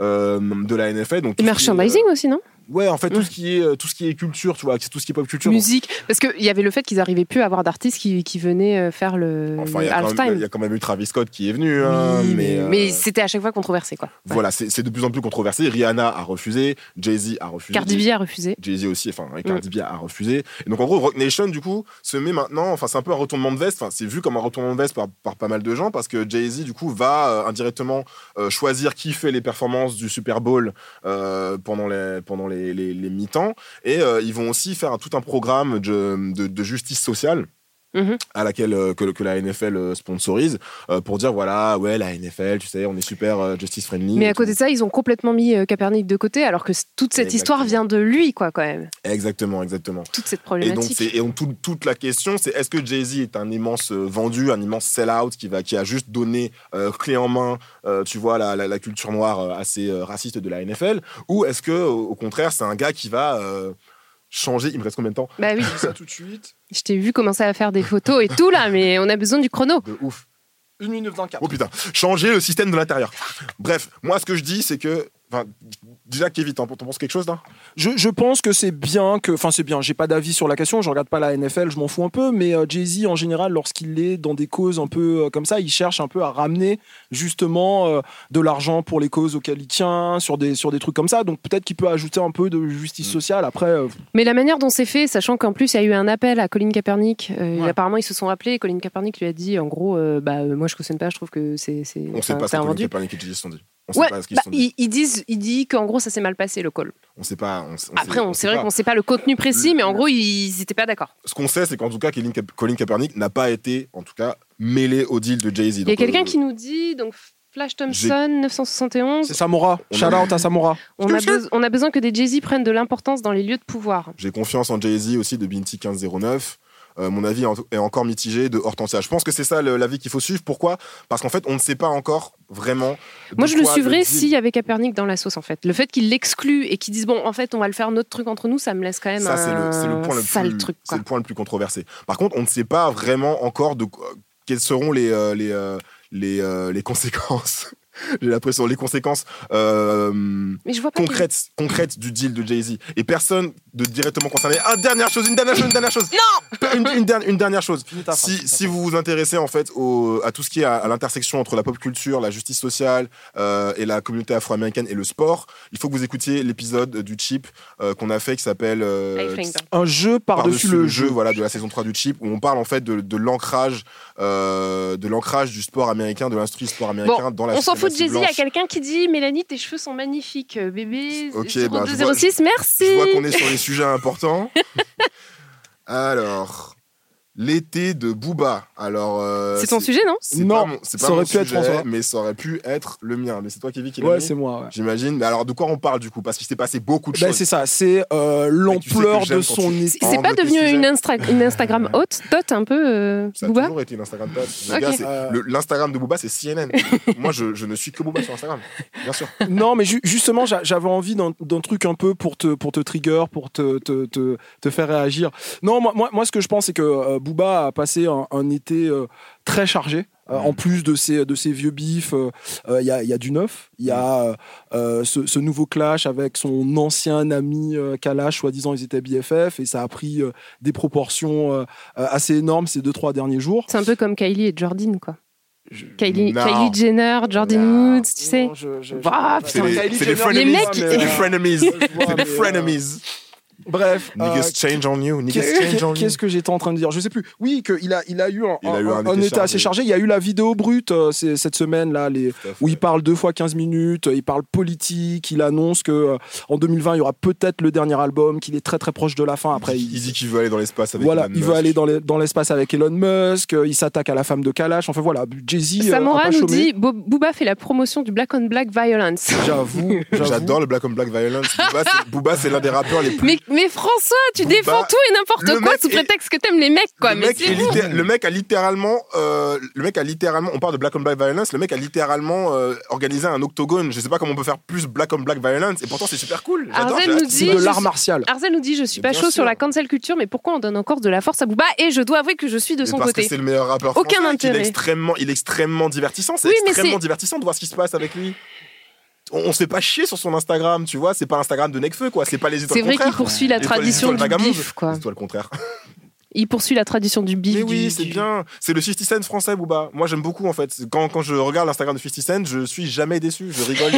euh, de la NFL. Donc tout
Et
ce qui est,
merchandising aussi, non
euh, ouais, en fait, tout ce qui est euh, tout ce qui est culture, tu vois, tout ce qui est pop culture. Donc,
Musique. Parce qu'il y avait le fait qu'ils n'arrivaient plus à avoir d'artistes qui, qui venaient euh, faire le,
Enfin,
le
il y, a quand même- il y
halftime.
a quand même eu Travis Scott qui est venu. hein,
Oui,
mais, euh,
mais c'était à chaque fois controversé, quoi. Ouais.
Voilà, c'est c'est de plus en plus controversé. Rihanna a refusé, Jay-Z a refusé.
Cardi B Mm. a refusé.
Jay-Z aussi, enfin, ouais, Cardi B a refusé. Et donc, en gros, Rock Nation, du coup, se met maintenant, enfin, c'est un peu un retournement de veste, enfin, c'est vu comme un retournement de veste par, par pas mal de gens, parce que Jay-Z, du coup, va euh, indirectement euh, choisir qui fait les performances du Super Bowl euh, pendant les, pendant les, les- les mi-temps. Et euh, ils vont aussi faire un- tout un programme de, de- de justice sociale
Mhm.
à laquelle euh, que, que la NFL euh, sponsorise euh, pour dire voilà ouais la NFL tu sais on est super euh, justice friendly
Mais
et
à côté
tout.
de ça, ils ont complètement mis euh, Kaepernick de côté, alors que c- toute cette histoire vient
Exactement.
de lui, quoi, quand même.
exactement exactement
Toute cette
Et donc,
problématique.
c'est- et donc, tout- toute la question, c'est est-ce que Jay-Z est un immense euh, vendu, un immense sell-out qui, va- qui a juste donné euh, clé en main, euh, tu vois, la, la- la culture noire euh, assez euh, raciste de la NFL Ou est-ce que, au, au contraire, c'est un gars qui va euh, changer Il me reste combien de temps
Bah oui,
Ça tout de suite.
je t'ai vu commencer à faire des photos et tout là, mais on a besoin du chrono.
De ouf.
1 minute 24.
Oh putain, changer le système de l'intérieur. Bref, moi, ce que je dis, c'est que. enfin, Déjà, Kevin, t'en t'en penses quelque chose là
Je, je pense que c'est bien que, enfin c'est bien. J'ai pas d'avis sur la question. Je regarde pas la NFL, je m'en fous un peu. Mais euh, Jay Z en général, lorsqu'il est dans des causes un peu euh, comme ça, il cherche un peu à ramener justement euh, de l'argent pour les causes auxquelles il tient, sur des sur des trucs comme ça. Donc peut-être qu'il peut ajouter un peu de
Mm.
justice sociale. Après, euh,
Mais la manière dont c'est fait, sachant qu'en plus il y a eu un appel à Colin Kaepernick, euh,
Ouais.
apparemment ils se sont appelés, et Colin Kaepernick lui a dit en gros, euh, bah euh, moi je cautionne pas, je trouve que c'est c'est
On sait
enfin,
pas ce
c'est
que Colin
invendu.
Kaepernick et Jay-Z se sont dit. On sait
Ouais,
pas ce qu'ils
bah,
se sont dit.
ils, ils disent, il dit qu'en gros ça s'est mal passé le call.
On sait pas. on sait- on
Après,
sait-
on
on
c'est
sait
vrai
pas.
qu'on sait pas le contenu précis,
Le-
mais en gros ils étaient pas d'accord.
ce qu'on sait, c'est qu'en tout cas, Colin, Ka- Colin Kaepernick n'a pas été, en tout cas, mêlé au deal de Jay-Z.
Il y a
Donc,
quelqu'un
euh,
qui nous dit donc Flash Thompson 971,
c'est Samora.
On
Shout
a-
out à Samora.
on a, beso- on a besoin que des Jay-Z prennent de l'importance dans les lieux de pouvoir.
J'ai confiance en Jay-Z aussi de Binti 1509. Euh, mon avis en- est encore mitigé de Hortensia. Je pense que c'est ça le- l'avis qu'il faut suivre. Pourquoi Parce qu'en fait, on ne sait pas encore vraiment. de
Moi, je le
quoi
suivrais
deal-
s'il y avait Kaepernick dans la sauce, en fait. Le fait qu'il l'exclue et qu'il dise, bon, en fait, on va le faire notre truc entre nous, ça me laisse quand même
Ça, c'est
un
le, c'est le point le
sale
plus,
truc.
c'est
quoi.
le point le plus controversé. Par contre, on ne sait pas vraiment encore de quoi- quelles seront les, euh, les, euh, les, euh, les conséquences J'ai l'impression les conséquences euh,
Mais je vois pas. qu'il-
concrètes, concrètes du deal de Jay-Z. Et personne de directement concerné. Ah, dernière chose, une dernière chose, une dernière chose. Non une, une dernière- une dernière chose.
ta
hein,
phrase,
Si,
finis ta
si vous vous intéressez en fait au- à tout ce qui est à, à l'intersection entre la pop culture, la justice sociale euh, et la communauté afro-américaine et le sport, il faut que vous écoutiez l'épisode du Chip euh, qu'on a fait qui s'appelle euh,
Lifelink, hein.
Un jeu par-dessus le jeu.
voilà, de la saison 3 du Chip, où on parle en fait de, de l'ancrage euh, de l'ancrage du sport américain, de l'industrie du sport américain dans la
On s'en fout de
suprématie
Jay-Z. Il y a
blanche.
quelqu'un qui dit Mélanie, tes cheveux sont magnifiques, euh, bébé.
Ok,
c'est
bah, je
0206, merci.
Je vois qu'on est sur les sujets importants. Alors, l'été de Booba. Alors, euh,
C'est ton sujet, non
c'est
Non,
pas mon- c'est pas
ça
mon
aurait pu être
sujet,
François.
mais ça aurait pu être le mien. Mais c'est toi, Kevin, qui l'as
Ouais,
mis
c'est moi. ouais.
J'imagine. Mais alors, de quoi on parle du coup Parce qu'il s'est passé beaucoup de
Ben,
choses.
c'est ça, c'est euh, l'ampleur
que j'aime
de
quand
son
tu-
é-
C'est c'est pas
Enlever tes
devenu
sujets.
une, Instra- une Instagram haute, dot un peu, euh,
Ça a
Booba
toujours été l'Instagram de Booba. Le
Ok.
gars, c'est-
Euh.
le- L'Instagram de Booba, c'est CNN. Moi, je, je ne suis que Booba sur Instagram. Bien sûr.
Non, mais ju- justement, j'a- j'avais envie d'un d'un truc un peu pour te, pour te trigger, pour te, te, te, te faire réagir. Non, moi, moi, moi, ce que je pense, c'est que euh, Booba a passé un, un été euh, très chargé. Euh, En plus de ces, de ces vieux bifs, euh, euh, il y, a, il y a du neuf. Il y a euh, euh, ce, ce nouveau clash avec son ancien ami euh, Kalash, soi-disant ils étaient BFF, et ça a pris euh, des proportions euh, euh, assez énormes ces deux, trois derniers jours.
C'est un peu comme Kylie et Jordan, quoi. Kylie,
Non.
Kylie Jenner, Jordan
Non.
Woods, tu sais.
Non, je- je- je-
Bah,
C'est
putain,
les,
Kylie
c'est les
Jenner,
frenemies.
Les mecs qui-
C'est les frenemies.
euh, vois,
C'est les
mais, euh,
frenemies.
Bref. euh,
Niggas change on you. Niggas
Qu'est-
change on
qu'est-
you.
Qu'est-ce que j'étais en train de dire Je sais plus. Oui, qu'il a, il a eu un,
Il a eu
un- un état
chargé.
assez chargé. Il y a eu la vidéo brute euh, c'est- cette semaine là, les,
Tout à fait.
où il parle deux fois 15 minutes, euh, il parle politique, il annonce que euh, en 2020 il y aura peut-être le dernier album, qu'il est très très proche de la fin. Après,
il,
il,
il dit qu'il veut aller dans l'espace avec
voilà,
Elon
il veut
Musk.
aller dans les- dans l'espace avec Elon Musk, euh, il s'attaque à la femme de Kalash. Enfin voilà, Jay-Z. euh, a
Samora
pas
nous
chômé.
dit Bo- Booba fait la promotion du Black on Black Violence.
J'avoue, j'adore.
J'adore le Black on Black Violence. Booba, c'est- Booba, c'est l'un des rappeurs les plus.
Mais, mais François, tu
Booba,
défends tout et
le
n'importe quoi
mec
sous
est-
prétexte que t'aimes les mecs, quoi.
le,
mais
mec
c'est
est
bon.
litté- le mec a littéralement, euh, le mec a littéralement, on parle de Black on Black Violence, le mec a littéralement euh, organisé un octogone. Je sais pas comment on peut faire plus Black on Black Violence, et pourtant c'est super cool. J'adore.
Arzen
j'ai
nous
hâte.
dit
C'est de
je
l'art
suis-
martial.
Arzel nous dit Je suis
Mais
pas
bien
chaud sur
sûr.
la cancel culture, mais pourquoi on donne encore de la force à Booba Et je dois avouer que je suis de
Mais
son
parce
côté.
que c'est le meilleur rappeur
Aucun
français, qu'il est
intérêt.
extrêmement, il est extrêmement divertissant. C'est
Oui, mais
extrêmement
c'est-
divertissant de voir ce qui se passe avec lui. On, on se fait pas chier sur son Instagram, tu vois. C'est pas Instagram de Necfeu, quoi. C'est pas les étoiles
C'est vrai qu'il
contraires.
poursuit la
Les étoiles- les
tradition
étoiles
du
vagabondes.
bif, quoi.
Les étoiles contraires.
Il poursuit la tradition du bif.
Mais
du-
oui, c'est
du-
bien. C'est le 50 Cent français, Booba. Moi, j'aime beaucoup, en fait. Quand, quand je regarde l'Instagram de 50 Cent, je suis jamais déçu. Je rigole.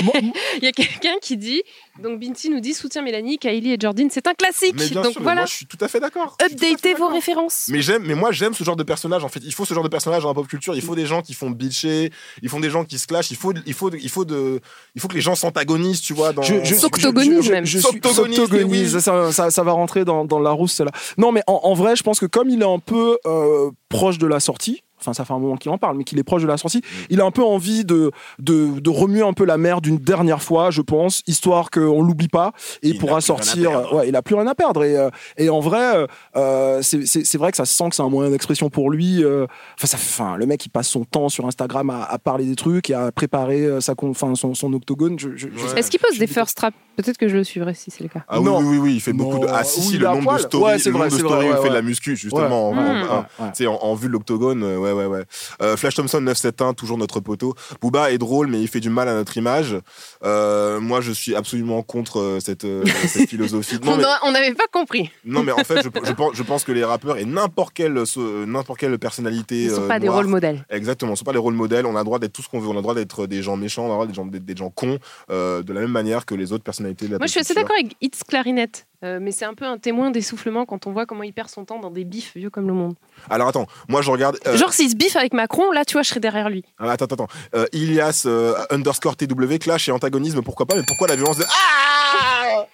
Il y a quelqu'un qui dit Donc Binti nous dit Soutien Mélanie, Kylie et Jordan, c'est un classique.
mais bien
Donc
sûr, mais
voilà,
moi, je suis tout à fait d'accord.
Euh,
Je suis tout à fait
updatez vos
d'accord.
références.
Mais j'aime, mais moi j'aime ce genre de personnage en fait. Il faut ce genre de personnage dans la pop culture. Il faut des gens qui font bitcher, il faut des gens qui se clashent. Il faut, il faut, il faut de, il faut que les gens s'antagonisent, tu vois. Dans...
S'octogonise,
je-
même.
je suis-
S'octogonise,
s'octogonise,
mais oui.
ça, ça- ça va rentrer dans, dans la rousse, celle-là. Non, mais en, en vrai, je pense que comme il est un peu euh, proche de la sortie, enfin, ça fait un moment qu'il en parle, mais qu'il est proche de la sortie,
Mm.
il a un peu envie de, de, de remuer un peu la mer d'une dernière fois, je pense, histoire qu'on l'oublie pas et
Il n'a
pourra
plus rien à
sortir.
perdre.
Ouais, il a plus rien à perdre. Et, euh, et en vrai, euh, euh, c'est- c'est c'est vrai que ça se sent que c'est un moyen d'expression pour lui. euh, Enfin, ça, enfin, le mec, il passe son temps sur Instagram à, à parler des trucs et à préparer euh, sa, con- enfin, son, son octogone. Je, je- je-
Ouais.
Est-ce qu'il pose
je-
des first trap Peut-être que je le suivrai si c'est le cas.
Ah oui,
Non.
oui, oui, oui, il fait
Non.
beaucoup de. Ah si,
Oui,
si,
il
le
a
nombre
poil.
de stories,
Ouais, c'est
le
vrai,
nombre de
c'est
stories
vrai,
où il fait
ouais,
de
ouais.
la muscu, justement, en,
Ouais, Hmm.
en-
Hmm.
ouais,
en-
Ah, ouais.
tu sais, en- en vue de l'octogone. euh, Ouais, ouais, ouais. Euh, Flash Thompson 971, toujours notre poteau. Booba est drôle, mais il fait du mal à notre image. Euh, moi, je suis absolument contre euh, cette, euh, cette philosophie. Non,
on
mais-
a- on n'avait pas compris.
Non, mais en fait, je, je pense, je pense que les rappeurs et n'importe quelle, euh, n'importe quelle personnalité.
Ils ne sont
euh,
pas des
noire-
rôles modèles.
Exactement, ce sont pas les rôles modèles. On a le droit d'être tout ce qu'on veut. On a le droit d'être euh, des gens méchants, on a le droit d'être des gens, des, des gens cons, euh, de la même manière que les autres personnalités de la
Moi, je suis assez
culture.
d'accord avec It's Clarinette, euh, mais c'est un peu un témoin d'essoufflement quand on voit comment il perd son temps dans des bifs vieux comme le monde.
Alors attends, moi je regarde. euh,
Genre, s'il se biffe avec Macron, là, tu vois, je serais derrière lui.
Ah, Attends, attends, attends. Euh, Ilias euh, underscore TW, clash et antagonisme, pourquoi pas, mais pourquoi la violence de. Ah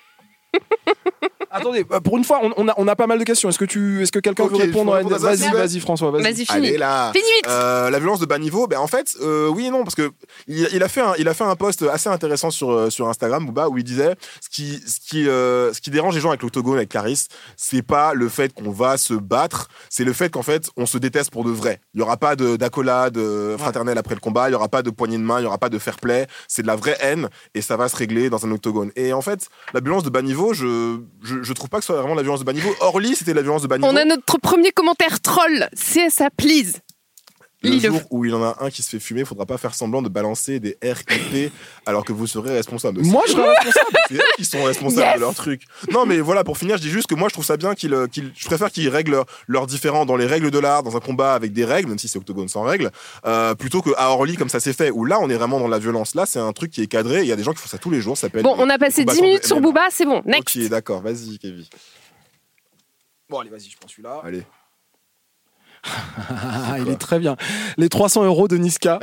Attendez, euh, pour une fois, on, on a, on a pas mal de questions. Est-ce que, tu, est-ce que quelqu'un
Ok,
veut répondre à
je peux
une...
répondre à
Vas-y,
ça,
vas-y, François, vas-y.
Vas-y, finis.
Allez là
Finis vite
Euh, la violence de bas niveau, ben en fait, euh, oui et non, parce que il, il a fait un, il a fait un post assez intéressant sur euh, sur Instagram Booba, où il disait ce qui ce qui euh, ce qui dérange les gens avec l'autogone avec Clarisse, c'est pas le fait qu'on va se battre, c'est le fait qu'en fait on se déteste pour de vrai. Il y aura pas de d'accolade euh, fraternelle après le combat, il y aura pas de poignée de main, il y aura pas de fair play, c'est de la vraie haine et ça va se régler dans un octogone. Et en fait, la violence de bas niveau, je je, je trouve pas que ce soit vraiment la violence de bas niveau. Orly, c'était la violence de bas niveau.
On a notre premier commentaire troll, CSA Please.
Le
Lis-le.
jour où il y en a un qui se fait fumer, il faudra pas faire semblant de balancer des RIP alors que vous serez responsable.
Moi, je
C'est-
serai responsable.
C'est eux qui sont responsables de leur truc. Non, mais voilà, pour finir, je dis juste que moi, je trouve ça bien qu'ils. euh, qu'ils- je préfère qu'ils règlent leurs leurs différends dans les règles de l'art, dans un combat avec des règles, même si c'est octogone sans règles, euh, plutôt que à Orly, comme ça s'est fait, où là, on est vraiment dans la violence. Là, c'est un truc qui est cadré. et Il y a des gens qui font ça tous les jours. Ça s'appelle.
Bon, on a passé 10 minutes sur
Booba.
Booba, c'est bon. Next.
Ok, d'accord, vas-y, Kevin.
Bon, allez, vas-y, je prends celui-là.
Allez.
Ah, il est très bien. Les 300 euros de Niska.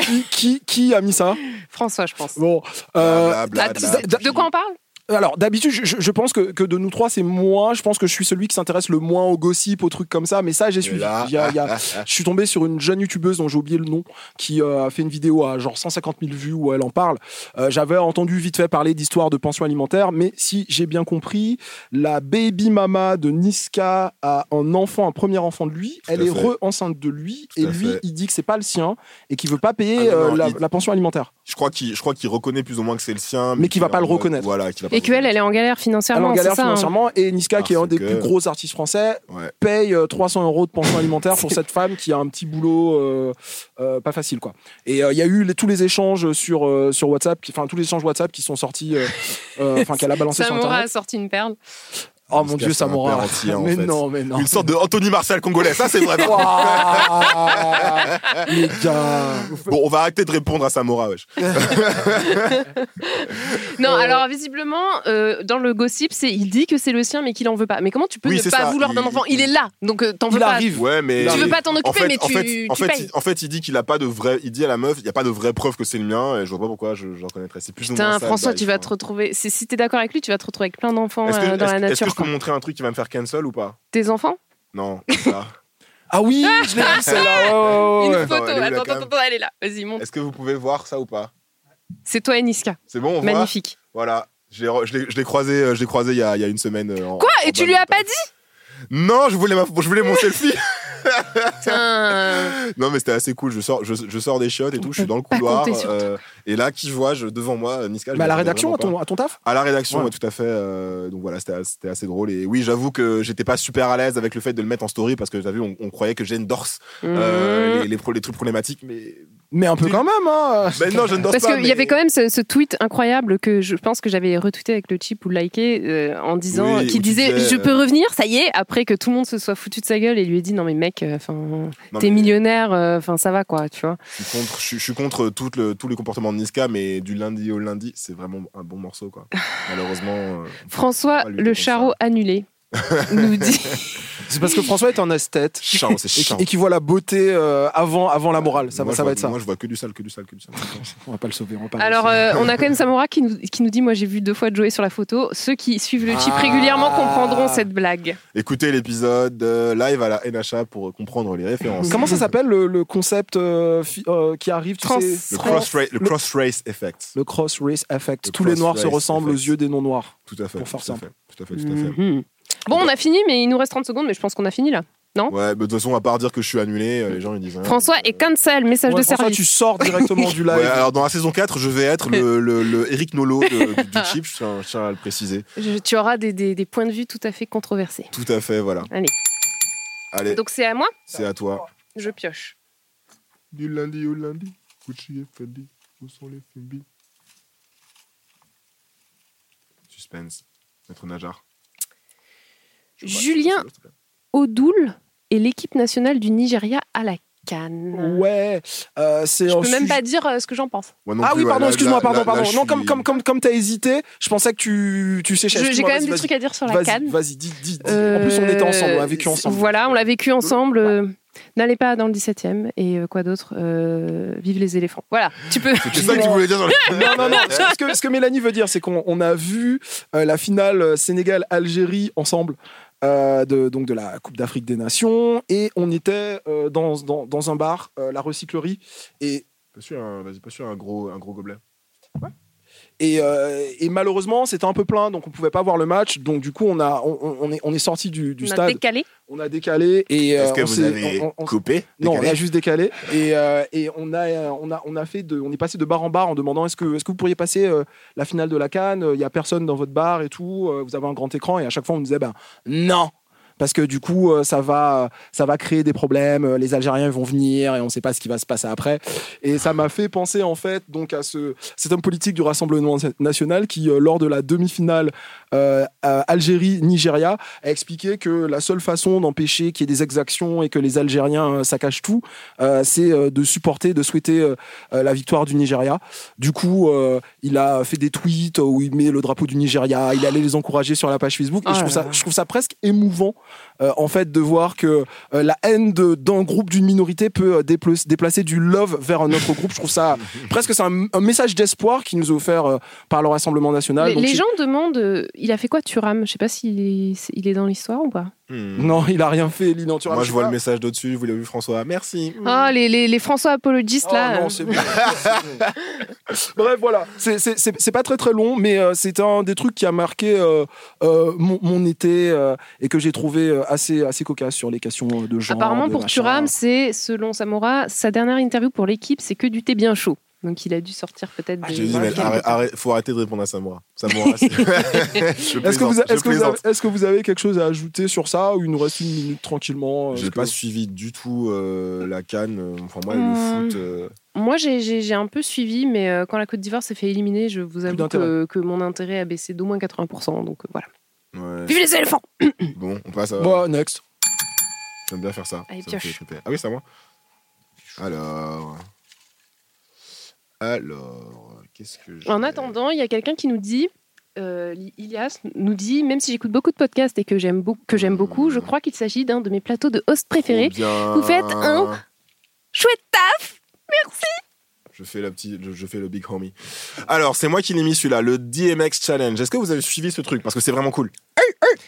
qui, qui, qui a mis ça
François, je pense. Ah,
Bon. euh,
Blablabla.
Attends, c'est-
De quoi on parle
Euh, Alors d'habitude, je, je- je pense que, que de nous trois, c'est moi. Je pense que je suis celui qui s'intéresse le moins au gossip, aux trucs comme ça. Mais ça, j'ai suivi.
là-
Il y a- il y a- je suis tombé sur une jeune youtubeuse dont j'ai oublié le nom, qui euh, a fait une vidéo à genre 150 000 vues où elle en parle. Euh, J'avais entendu vite fait parler d'histoire de pension alimentaire, mais si j'ai bien compris, la baby mama de Niska a un enfant, un premier enfant de lui.
Tout
elle
à
est
fait.
re-enceinte de lui,
Tout
et
à
lui,
fait.
il dit que c'est pas le sien et qu'il veut pas
Ah
payer
non, non,
euh, la,
il-
la pension alimentaire.
Je crois qu'il je crois qu'il reconnaît plus ou moins que c'est le sien.
Mais qu'il va
est
pas
en
le
mode-
reconnaître.
Voilà, qu'il va pas
Et
le
qu'elle, elle est en galère
Elle est
financièrement.
en
c'est
galère
ça, hein.
financièrement et Niska, qui est un
Parce
des
Ah, que-
plus gros artistes français,
Ouais.
paye euh, 300 euros de pension alimentaire pour cette femme qui a un petit boulot euh, euh, pas facile. quoi. Et euh, il y a eu les- tous les échanges sur, euh, sur WhatsApp, qui- enfin tous les échanges WhatsApp qui sont sortis, euh, euh, enfin qu'elle a balancé sur
Samora
Internet.
a sorti une perle.
Oh mon
Niska,
dieu,
c'est un
Samora.
père entier, en
mais
fait.
non, mais non.
Une sorte de Anthony Martial congolais, ça c'est vrai. par contre.
Ouah, les gars.
bon, on va arrêter de répondre à Samora, wesh.
Non, alors visiblement, euh, dans le gossip, c'est il dit que c'est le sien, mais qu'il en veut pas. Mais comment tu peux
Oui,
ne
c'est
pas
ça,
vouloir
il-
d'un enfant Il est là, donc euh, t'en veux
Il
pas.
arrive.
Ouais, mais.
Tu veux pas t'en
En
occuper,
fait-
mais
en
tu,
fait,
tu
en fait,
payes.
il, en fait, il dit qu'il a pas de vrai. Il dit à la meuf, il n'y a pas de vraie preuve que c'est le mien, et je vois pas pourquoi je, je reconnaîtrais. C'est plus ou moins
Putain,
ça,
François,
le
tu
bail,
vas te
quoi.
retrouver. c'est- Si t'es d'accord avec lui, tu vas te retrouver avec plein d'enfants
Est-ce que,
euh, dans
est-ce-
la
est-ce que
nature.
je peux
quoi.
montrer un truc qui va me faire cancel ou pas
Tes enfants
Non. ça.
Ah oui, je l'ai vu celle-là. ouais, ouais,
Une
ouais.
Oh, Attends,
photo.
elle est où, la
Attends, attends,
cam
attends, elle est là. Vas-y, monte.
Est-ce que vous pouvez voir ça ou pas
C'est toi et Niska.
C'est bon, on voit
Magnifique.
Voilà. Je l'ai re- je l'ai je l'ai croisé, euh, je l'ai croisé il y, a, il y a une semaine. euh, en-
Quoi
en
Et tu lui as pas
badminton.
dit
Non, je voulais, ma- je voulais mon selfie.
Putain.
Non, mais c'était assez cool. Je sors, je, je sors des chiottes et tout. Je suis dans le
Pas
couloir.
compter sur toi.
euh, et là, qui vois je, devant moi euh, Niska je
Mais Bah, à la
m'attendais
rédaction, à
vraiment
ton, à ton taf
pas. À la rédaction,
Ouais.
ouais, tout à fait. euh, donc voilà, c'était c'était assez drôle. Et oui, j'avoue que j'étais pas super à l'aise avec le fait de le mettre en story parce que t'as vu, on, on croyait que j'endorse
Mmh.
euh, les, les, pro- les trucs problématiques. Mais
Mais un peu quand même. Hein.
ben non, je ne
Parce
pas.
qu'il y
mais-
avait quand même ce, ce tweet incroyable que je pense que j'avais retweeté avec le chip ou liké euh, en disant,
Oui,
qui
où tu
disait
disais,
Je
euh,
peux revenir, ça y est, après que tout le monde se soit foutu de sa gueule et lui ait dit Non, mais mec, euh, enfin,
Non,
t'es
mais-
millionnaire, euh, enfin, ça va quoi, tu vois.
Je suis contre, je, suis- je suis contre tout le, tout le comportement de Niska, mais du lundi au lundi, c'est vraiment un bon morceau. Quoi. Malheureusement. euh,
François
on va lui
Le
dire ça.
Charot annulé nous dit
C'est parce que François est un esthète.
Charot, c'est
et,
Charot.
et qui voit la beauté euh, avant, avant la morale. Ça, va-
Moi, je
ça va
vois-
être ça.
Moi, je vois que du sale, que du sale, que du sale.
On va pas le sauver. On va pas le
Alors,
sauver.
euh, on a quand même Samora qui nous, qui nous dit Moi, j'ai vu deux fois Joey sur la photo. Ceux qui suivent le chip
Ah.
régulièrement comprendront cette blague.
Écoutez l'épisode euh, live à la NHA pour comprendre les
euh,
références.
Comment ça s'appelle le, le concept euh, fi- euh, qui arrive tu
Trans-
sais
le cross, ra- le cross race effect.
Le cross race effect.
Le
Tous les
cross
noirs se
race
ressemblent aux
effect.
yeux des non noirs.
Tout à fait.
Pour faire
tout à
simple.
fait. Tout à fait, tout à fait.
Hmm.
Mhm. Bon, on a fini, mais il nous reste 30 secondes, mais je pense qu'on a fini là.
Ouais, mais de toute façon, à part dire que je suis annulé, euh, les gens ils disent. rien.
François est cancel, message
Ouais,
de
François,
service.
tu sors directement du live.
Ouais, alors dans la saison 4, je vais être le, le- le Eric Nolo de- du, du chip, je tiens, je tiens à le préciser.
Je- tu auras des, des- des points de vue tout à fait controversés.
Tout à fait, voilà.
Allez.
Allez,
Donc, c'est à moi
c'est à toi.
Je pioche.
Du lundi au lundi, Gucci et Fendi, où sont les Fendi Suspense. Maître Najar. Je vois,
Julien.
s'il te plaît.
Odoul et l'équipe nationale du Nigeria à la Cannes.
Ouais, euh, c'est
Je
un
peux même
sujet-
pas dire euh, ce que j'en pense.
Moi non
Ah
plus,
oui,
ouais,
pardon,
là-
excuse-moi,
là-
pardon,
là- là,
pardon.
je
non, comme,
suis-
comme, comme, comme t'as hésité, je pensais que tu, tu séchais.
Je- J'ai
Excuse-moi,
quand même
vas-y,
des
vas-y.
trucs à dire sur la
Vas-y,
Cannes.
Vas-y, dis, dis, dis. En plus, on était ensemble, on a vécu
Euh,
ensemble.
Voilà, on l'a vécu ensemble. euh, N'allez pas dans le 17 e et euh, quoi d'autre Euh, Vive les éléphants. Voilà, tu peux.
C'est ça que tu voulais dire dans le-
Non, non, non. Ce que- ce que, ce que Mélanie veut dire, c'est qu'on on a vu euh, la finale euh, Sénégal-Algérie ensemble. euh, de, donc de la Coupe d'Afrique des Nations et on était euh, dans, dans, dans un bar, euh, la recyclerie et,
Pas sûr, un- vas-y, pas sûr, un gros, un gros gobelet.
et, euh, et malheureusement c'était un peu plein donc on pouvait pas voir le match donc du coup on, a, on, on- on est, on est sorti du, du
On a
stade,
décalé.
on a décalé et euh,
Est-ce que
on
vous
s'est-
avez
on- on- on-
coupé
Non, on
décalé
a juste décalé et, euh, et on a euh, on a on a fait de, on est passé de bar en bar en demandant est-ce que est-ce que vous pourriez passer euh, la finale de la Cannes Il y a personne dans votre bar et tout. euh, vous avez un grand écran et à chaque fois on nous disait ben non. parce que du coup euh, ça va ça va créer des problèmes euh, les Algériens vont venir et on ne sait pas ce qui va se passer après et ça m'a fait penser en fait donc à ce cet homme politique du Rassemblement national qui euh, lors de la demi-finale euh, à Algérie-Nigeria a expliqué que la seule façon d'empêcher qu'il y ait des exactions et que les Algériens euh, saccagent tout euh, c'est euh, de supporter de souhaiter euh, euh, la victoire du Nigeria du coup euh, il a fait des tweets où il met le drapeau du Nigeria il allait les encourager sur la page Facebook et
Oh
je
là
trouve ça
là.
je trouve ça presque émouvant euh, en fait de voir que euh, la haine de- d'un groupe d'une minorité peut euh, dépla- déplacer du love vers un autre groupe je trouve ça presque c'est un, un message d'espoir qui nous est offert euh, par le Rassemblement National
les
Ah, Donc,
les
si-
gens demandent, euh, il a fait quoi Turam Je sais pas s'il est, il est dans l'histoire ou pas.
non il a rien fait Lilian Thuram,
Hmm. Moi,
je
je
sais
vois
pas.
le message d'au-dessus. Vous l'avez vu, François Merci.
Ah, les, les, les François apologistes
Oh,
là.
non,
euh,
c'est bon. Bref, voilà. C'est- C'est c'est- c'est pas très très long, mais euh, c'est un des trucs qui a marqué euh, euh, mon, mon été euh, et que j'ai trouvé euh, assez, assez cocasse sur les questions euh, de genre.
Apparemment,
de
pour
machin.
Turam, c'est, selon Samora, sa dernière interview pour l'équipe, c'est que du thé bien chaud. Donc il a dû sortir peut-être
Ah,
des.
J'ai dit, mais arrête- arrête- faut arrêter de répondre à Samoura. Samoura, c'est- Je
Est-ce que, vous a-
plaisante, je
est-ce que vous avez-
plaisante.
est-ce que vous avez quelque chose à ajouter sur ça ou il nous reste une minute tranquillement euh,
J'ai
parce
pas
que-
suivi du tout euh, la canne. Enfin, moi,
Hmm.
le foot. euh,
Moi, j'ai, j'ai- j'ai un peu suivi, mais euh, quand la Côte d'Ivoire s'est fait éliminer, je vous avoue
d'intérêt.
que, que mon intérêt a baissé d'au moins 80%. Donc euh, voilà.
ouais.
Vive les éléphants
Bon, on passe à.
Bon, next.
J'aime bien faire ça.
Allez,
Ça me
pioche.
fait triper. Ah oui, c'est à moi. Alors. Alors. Qu'est-ce que j'ai.
En attendant, il y a quelqu'un qui nous dit. euh, Ilias nous dit même si j'écoute beaucoup de podcasts et que j'aime, beau- que j'aime beaucoup, je crois qu'il s'agit d'un de mes plateaux de host
Oh
préférés. vous faites un- Chouette taf
Je fais, la petite, je, je fais le big homie. Alors, c'est moi qui l'ai mis celui-là, le DMX Challenge. Est-ce que vous avez suivi ce truc Parce que c'est vraiment cool.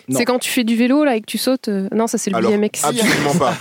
Non.
C'est quand tu fais du vélo là et que tu sautes. euh, Non, ça c'est le
Alors,
BMX.
absolument pas.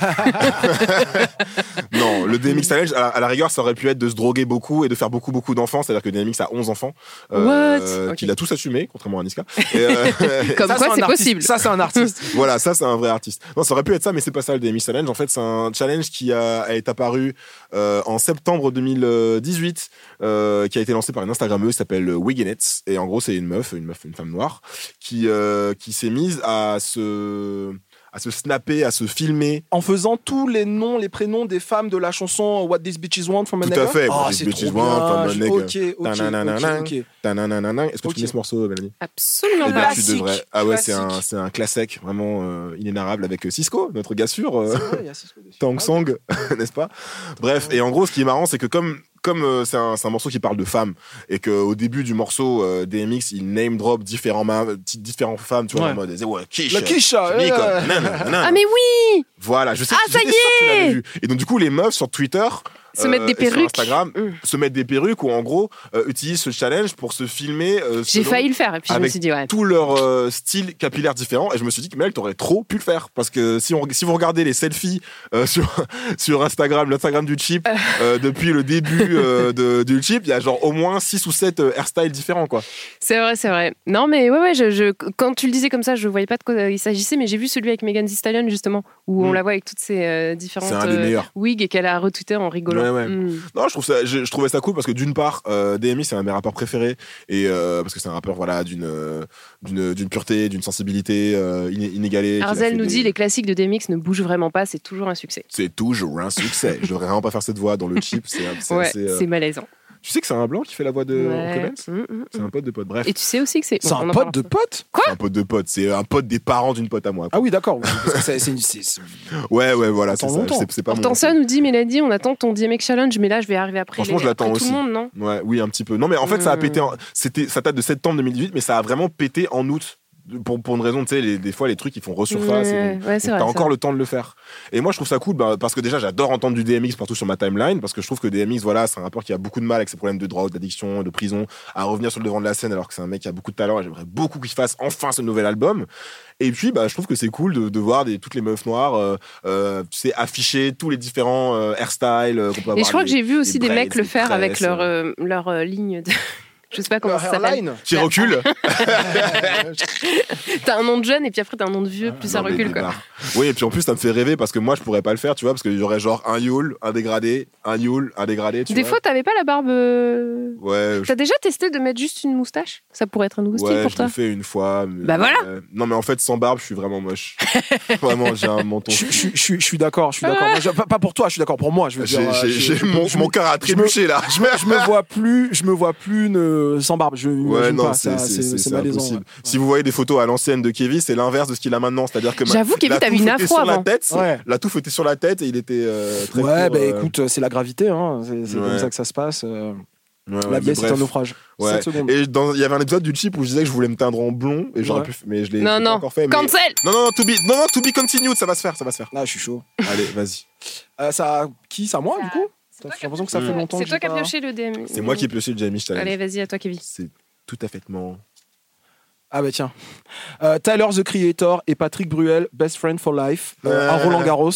non, le DMX Challenge, à la, à la rigueur, ça aurait pu être de se droguer beaucoup et de faire beaucoup, beaucoup d'enfants. C'est-à-dire que DMX a 11 enfants. euh,
What Ok.
Qu'il a tous assumé, contrairement à Niska. Et, euh,
Comme
Ça,
quoi,
un
c'est
artiste.
possible.
Ça, c'est un artiste.
Voilà, ça c'est un vrai artiste. Non, ça aurait pu être ça, mais c'est pas ça le DMX Challenge. En fait, c'est un challenge qui a, est apparu euh, en septembre 2018, euh, qui a été lancé par une Instagrammeuse qui s'appelle Wiganets. Et en gros, c'est une meuf, une meuf, une femme noire, qui, euh, qui s'est mise à se, à se snapper, à se filmer.
En faisant tous les noms, les prénoms des femmes de la chanson What These Bitches Want from a
Tout à
Nigga.
fait.
Ah,
What These
c'est
Bitches
trop
Want from a
bien.
Nigga.
Ok, ok,
Ta-na-na-na-na.
ok, ok.
Tananana. Est-ce que
Ok.
tu connais ce morceau, Mélanie
Absolument
Eh ben,
pas.
tu
Classique.
devrais. Ah ouais, c'est un,
Classique.
c'est un classique, vraiment euh, inénarrable avec Cisco, notre gars sûr. euh,
C'est vrai, il y a Cisco dessus.
Tang
Ah,
Song, n'est-ce pas
Ah
Bref, et en gros, ce qui est marrant, c'est que comme comme euh, c'est un, c'est un morceau qui parle de femmes et que au début du morceau euh, DMX, il name drop différents ma- ti- différentes femmes, tu vois,
Ouais.
en mode eh ouais, Kish,
La Kisha,
Jamaica,
euh.
nanana, nanana.
Ah, mais oui
voilà, je sais,
Ah, ça
j'étais
y
sûr que tu l'avais
est
vu. Et donc du coup, les meufs sur Twitter euh,
Se mettre des
et sur
perruques.
Instagram,
Mm.
se mettre des perruques ou en gros euh, utilisent ce challenge pour se filmer. euh,
J'ai
selon-
failli le faire et puis je me
avec
suis dit, ouais.
tout leur euh, style capillaire différent et je me suis dit que Mel t'aurais trop pu le faire parce que si, on, si vous regardez les selfies euh, sur, sur Instagram l'Instagram du chip euh, depuis le début euh, de, du chip il y a genre au moins 6 ou 7 hairstyles différents quoi
C'est vrai, c'est vrai. Non, mais ouais, ouais, je, je- quand tu le disais comme ça, je voyais pas de quoi il s'agissait, mais j'ai vu celui avec Megan Thee Stallion, justement, où on
Mm.
la voit avec toutes ses euh, différentes
C'est un des meilleurs.
wigs et qu'elle a retweeté en rigolant.
Ouais, ouais.
Mm.
non je, trouve ça, je, je trouvais ça cool parce que d'une part euh, DMI c'est un de mes rappeurs préférés et euh, parce que c'est un rappeur voilà d'une euh, d'une d'une pureté d'une sensibilité euh, iné- inégalée qu'il a fait
Arzel nous
des-
dit, les classiques de DMX ne bougent vraiment pas, c'est toujours un succès.
c'est toujours un succès je devrais vraiment pas faire cette voix dans le chip c'est c'est
Ouais,
assez, euh,
c'est malaisant.
tu sais que c'est un blanc qui fait la voix de
Ouais.
Commence
Mm, mm.
C'est un pote de pote, bref.
Et tu sais aussi que c'est.
C'est
bon, on
un
en
pote de
parlera.
pote
C'est un pote de pote, c'est un pote des parents d'une pote à moi. quoi.
Ah oui, d'accord. Parce que c'est- c'est une- c'est- c'est-
Ouais, ouais, voilà, c'est
Attends
ça.
longtemps.
C'est, c'est pas mon.
Hortensia nous dit, Mélodie, on attend ton DMX Challenge, mais là, je vais arriver après.
Franchement,
les-
je l'attends
après Tout
aussi.
le monde, non
Ouais, oui, un petit peu. Non, mais en fait, ça a
Hmm.
pété. en- C'était, ça date de septembre 2018, mais ça a vraiment pété en août. Pour, pour une raison, tu sais, les- des fois, les trucs, ils font resurface. et
Ouais,
donc-
ouais, c'est
donc
vrai. c'est
T'as encore
vrai.
le temps de le faire. Et moi, je trouve ça cool bah, parce que déjà, j'adore entendre du DMX partout sur ma timeline parce que je trouve que DMX, voilà, c'est un rappeur qui a beaucoup de mal avec ses problèmes de drogue, d'addiction, de prison, à revenir sur le devant de la scène alors que c'est un mec qui a beaucoup de talent et j'aimerais beaucoup qu'il fasse enfin ce nouvel album. Et puis, bah, je trouve que c'est cool de, de voir des, toutes les meufs noires, euh, euh, tu sais, afficher tous les différents euh, hairstyles euh, qu'on peut avoir.
Et je crois que
les-
j'ai vu aussi
les
des mecs
braids,
le
les
faire avec
tresses,
leur,
euh.
euh, leur euh, ligne de. Je sais pas comment
Leur
ça s'appelle.
hairline.
Qui recule
T'as un nom de jeune et puis après t'as un nom de vieux, plus ça
Ah, Non, mais
recule quoi.
débarre. Oui, et puis en plus, ça me fait rêver parce que moi, je pourrais pas le faire, tu vois, parce qu'il y aurait genre un Yule, un dégradé, un Yule, un dégradé. Tu
Des
vois.
fois, t'avais pas la barbe. euh,
ouais, je,
T'as déjà testé de mettre juste une moustache Ça pourrait être un nouveau style
ouais,
pour
je
toi.
l'ai fait une fois. mais-
Bah voilà.
Euh, non, mais en fait, sans barbe, je suis vraiment moche. vraiment, j'ai un menton.
Je, je- je- je suis d'accord, je suis d'accord. Moi, je- pas, pas pour toi, je suis d'accord pour moi. Je veux dire,
J'ai-
euh,
j'ai-
je-
j'ai- Mon
je-
mon cœur a
je me-
trébuché là. Je me-
Je me vois plus, je me vois plus ne- sans barbe. Je
Ouais,
m'imagine
non,
pas.
c'est-
ça,
c'est
C'est
c'est-
c'est
c'est
malaisant.
impossible.
ouais.
Si vous voyez des photos à l'ancienne de Kevin, c'est l'inverse de ce qu'il a maintenant. C'est-à-dire que ma-
J'avoue, Kevin,
la
t'avais
touffe
une
était
afro
sur la
avant.
tête.
Ouais.
La touffe était sur la tête et il était euh, très
ouais,
court,
bah
euh,
écoute, c'est la gravité, hein. c'est c'est
Ouais.
comme ça que ça se passe. euh.
ouais, ouais,
la
mais
vieille, c'est
bref.
un naufrage.
Ouais.
7 secondes.
Et dans- il y avait un épisode du chip où je disais que je voulais me teindre en blond et j'aurais
Ouais.
pu, mais je l'ai je
Non,
l'ai pas
non.
encore fait. mais-
Cancel
Non, non, non, to be, non, non, to be continued, ça va se faire, ça va se faire.
Ah, je suis chaud.
Allez, vas-y.
Euh, ça, qui Ça, moi,
Ça-
du coup J'ai
toi qui as
l'impression que ça
fait-
fait longtemps
C'est
que
toi qui
j'ai
as
pas-
pioché le DM.
C'est moi qui ai pioché le Jamie Challenge.
Allez, vas-y, à toi, Kevin.
C'est tout à fait mon.
Ah bah tiens. Euh, Tyler the Creator et Patrick Bruel, Best Friend for Life, euh,
Ouais.
à Roland Garros.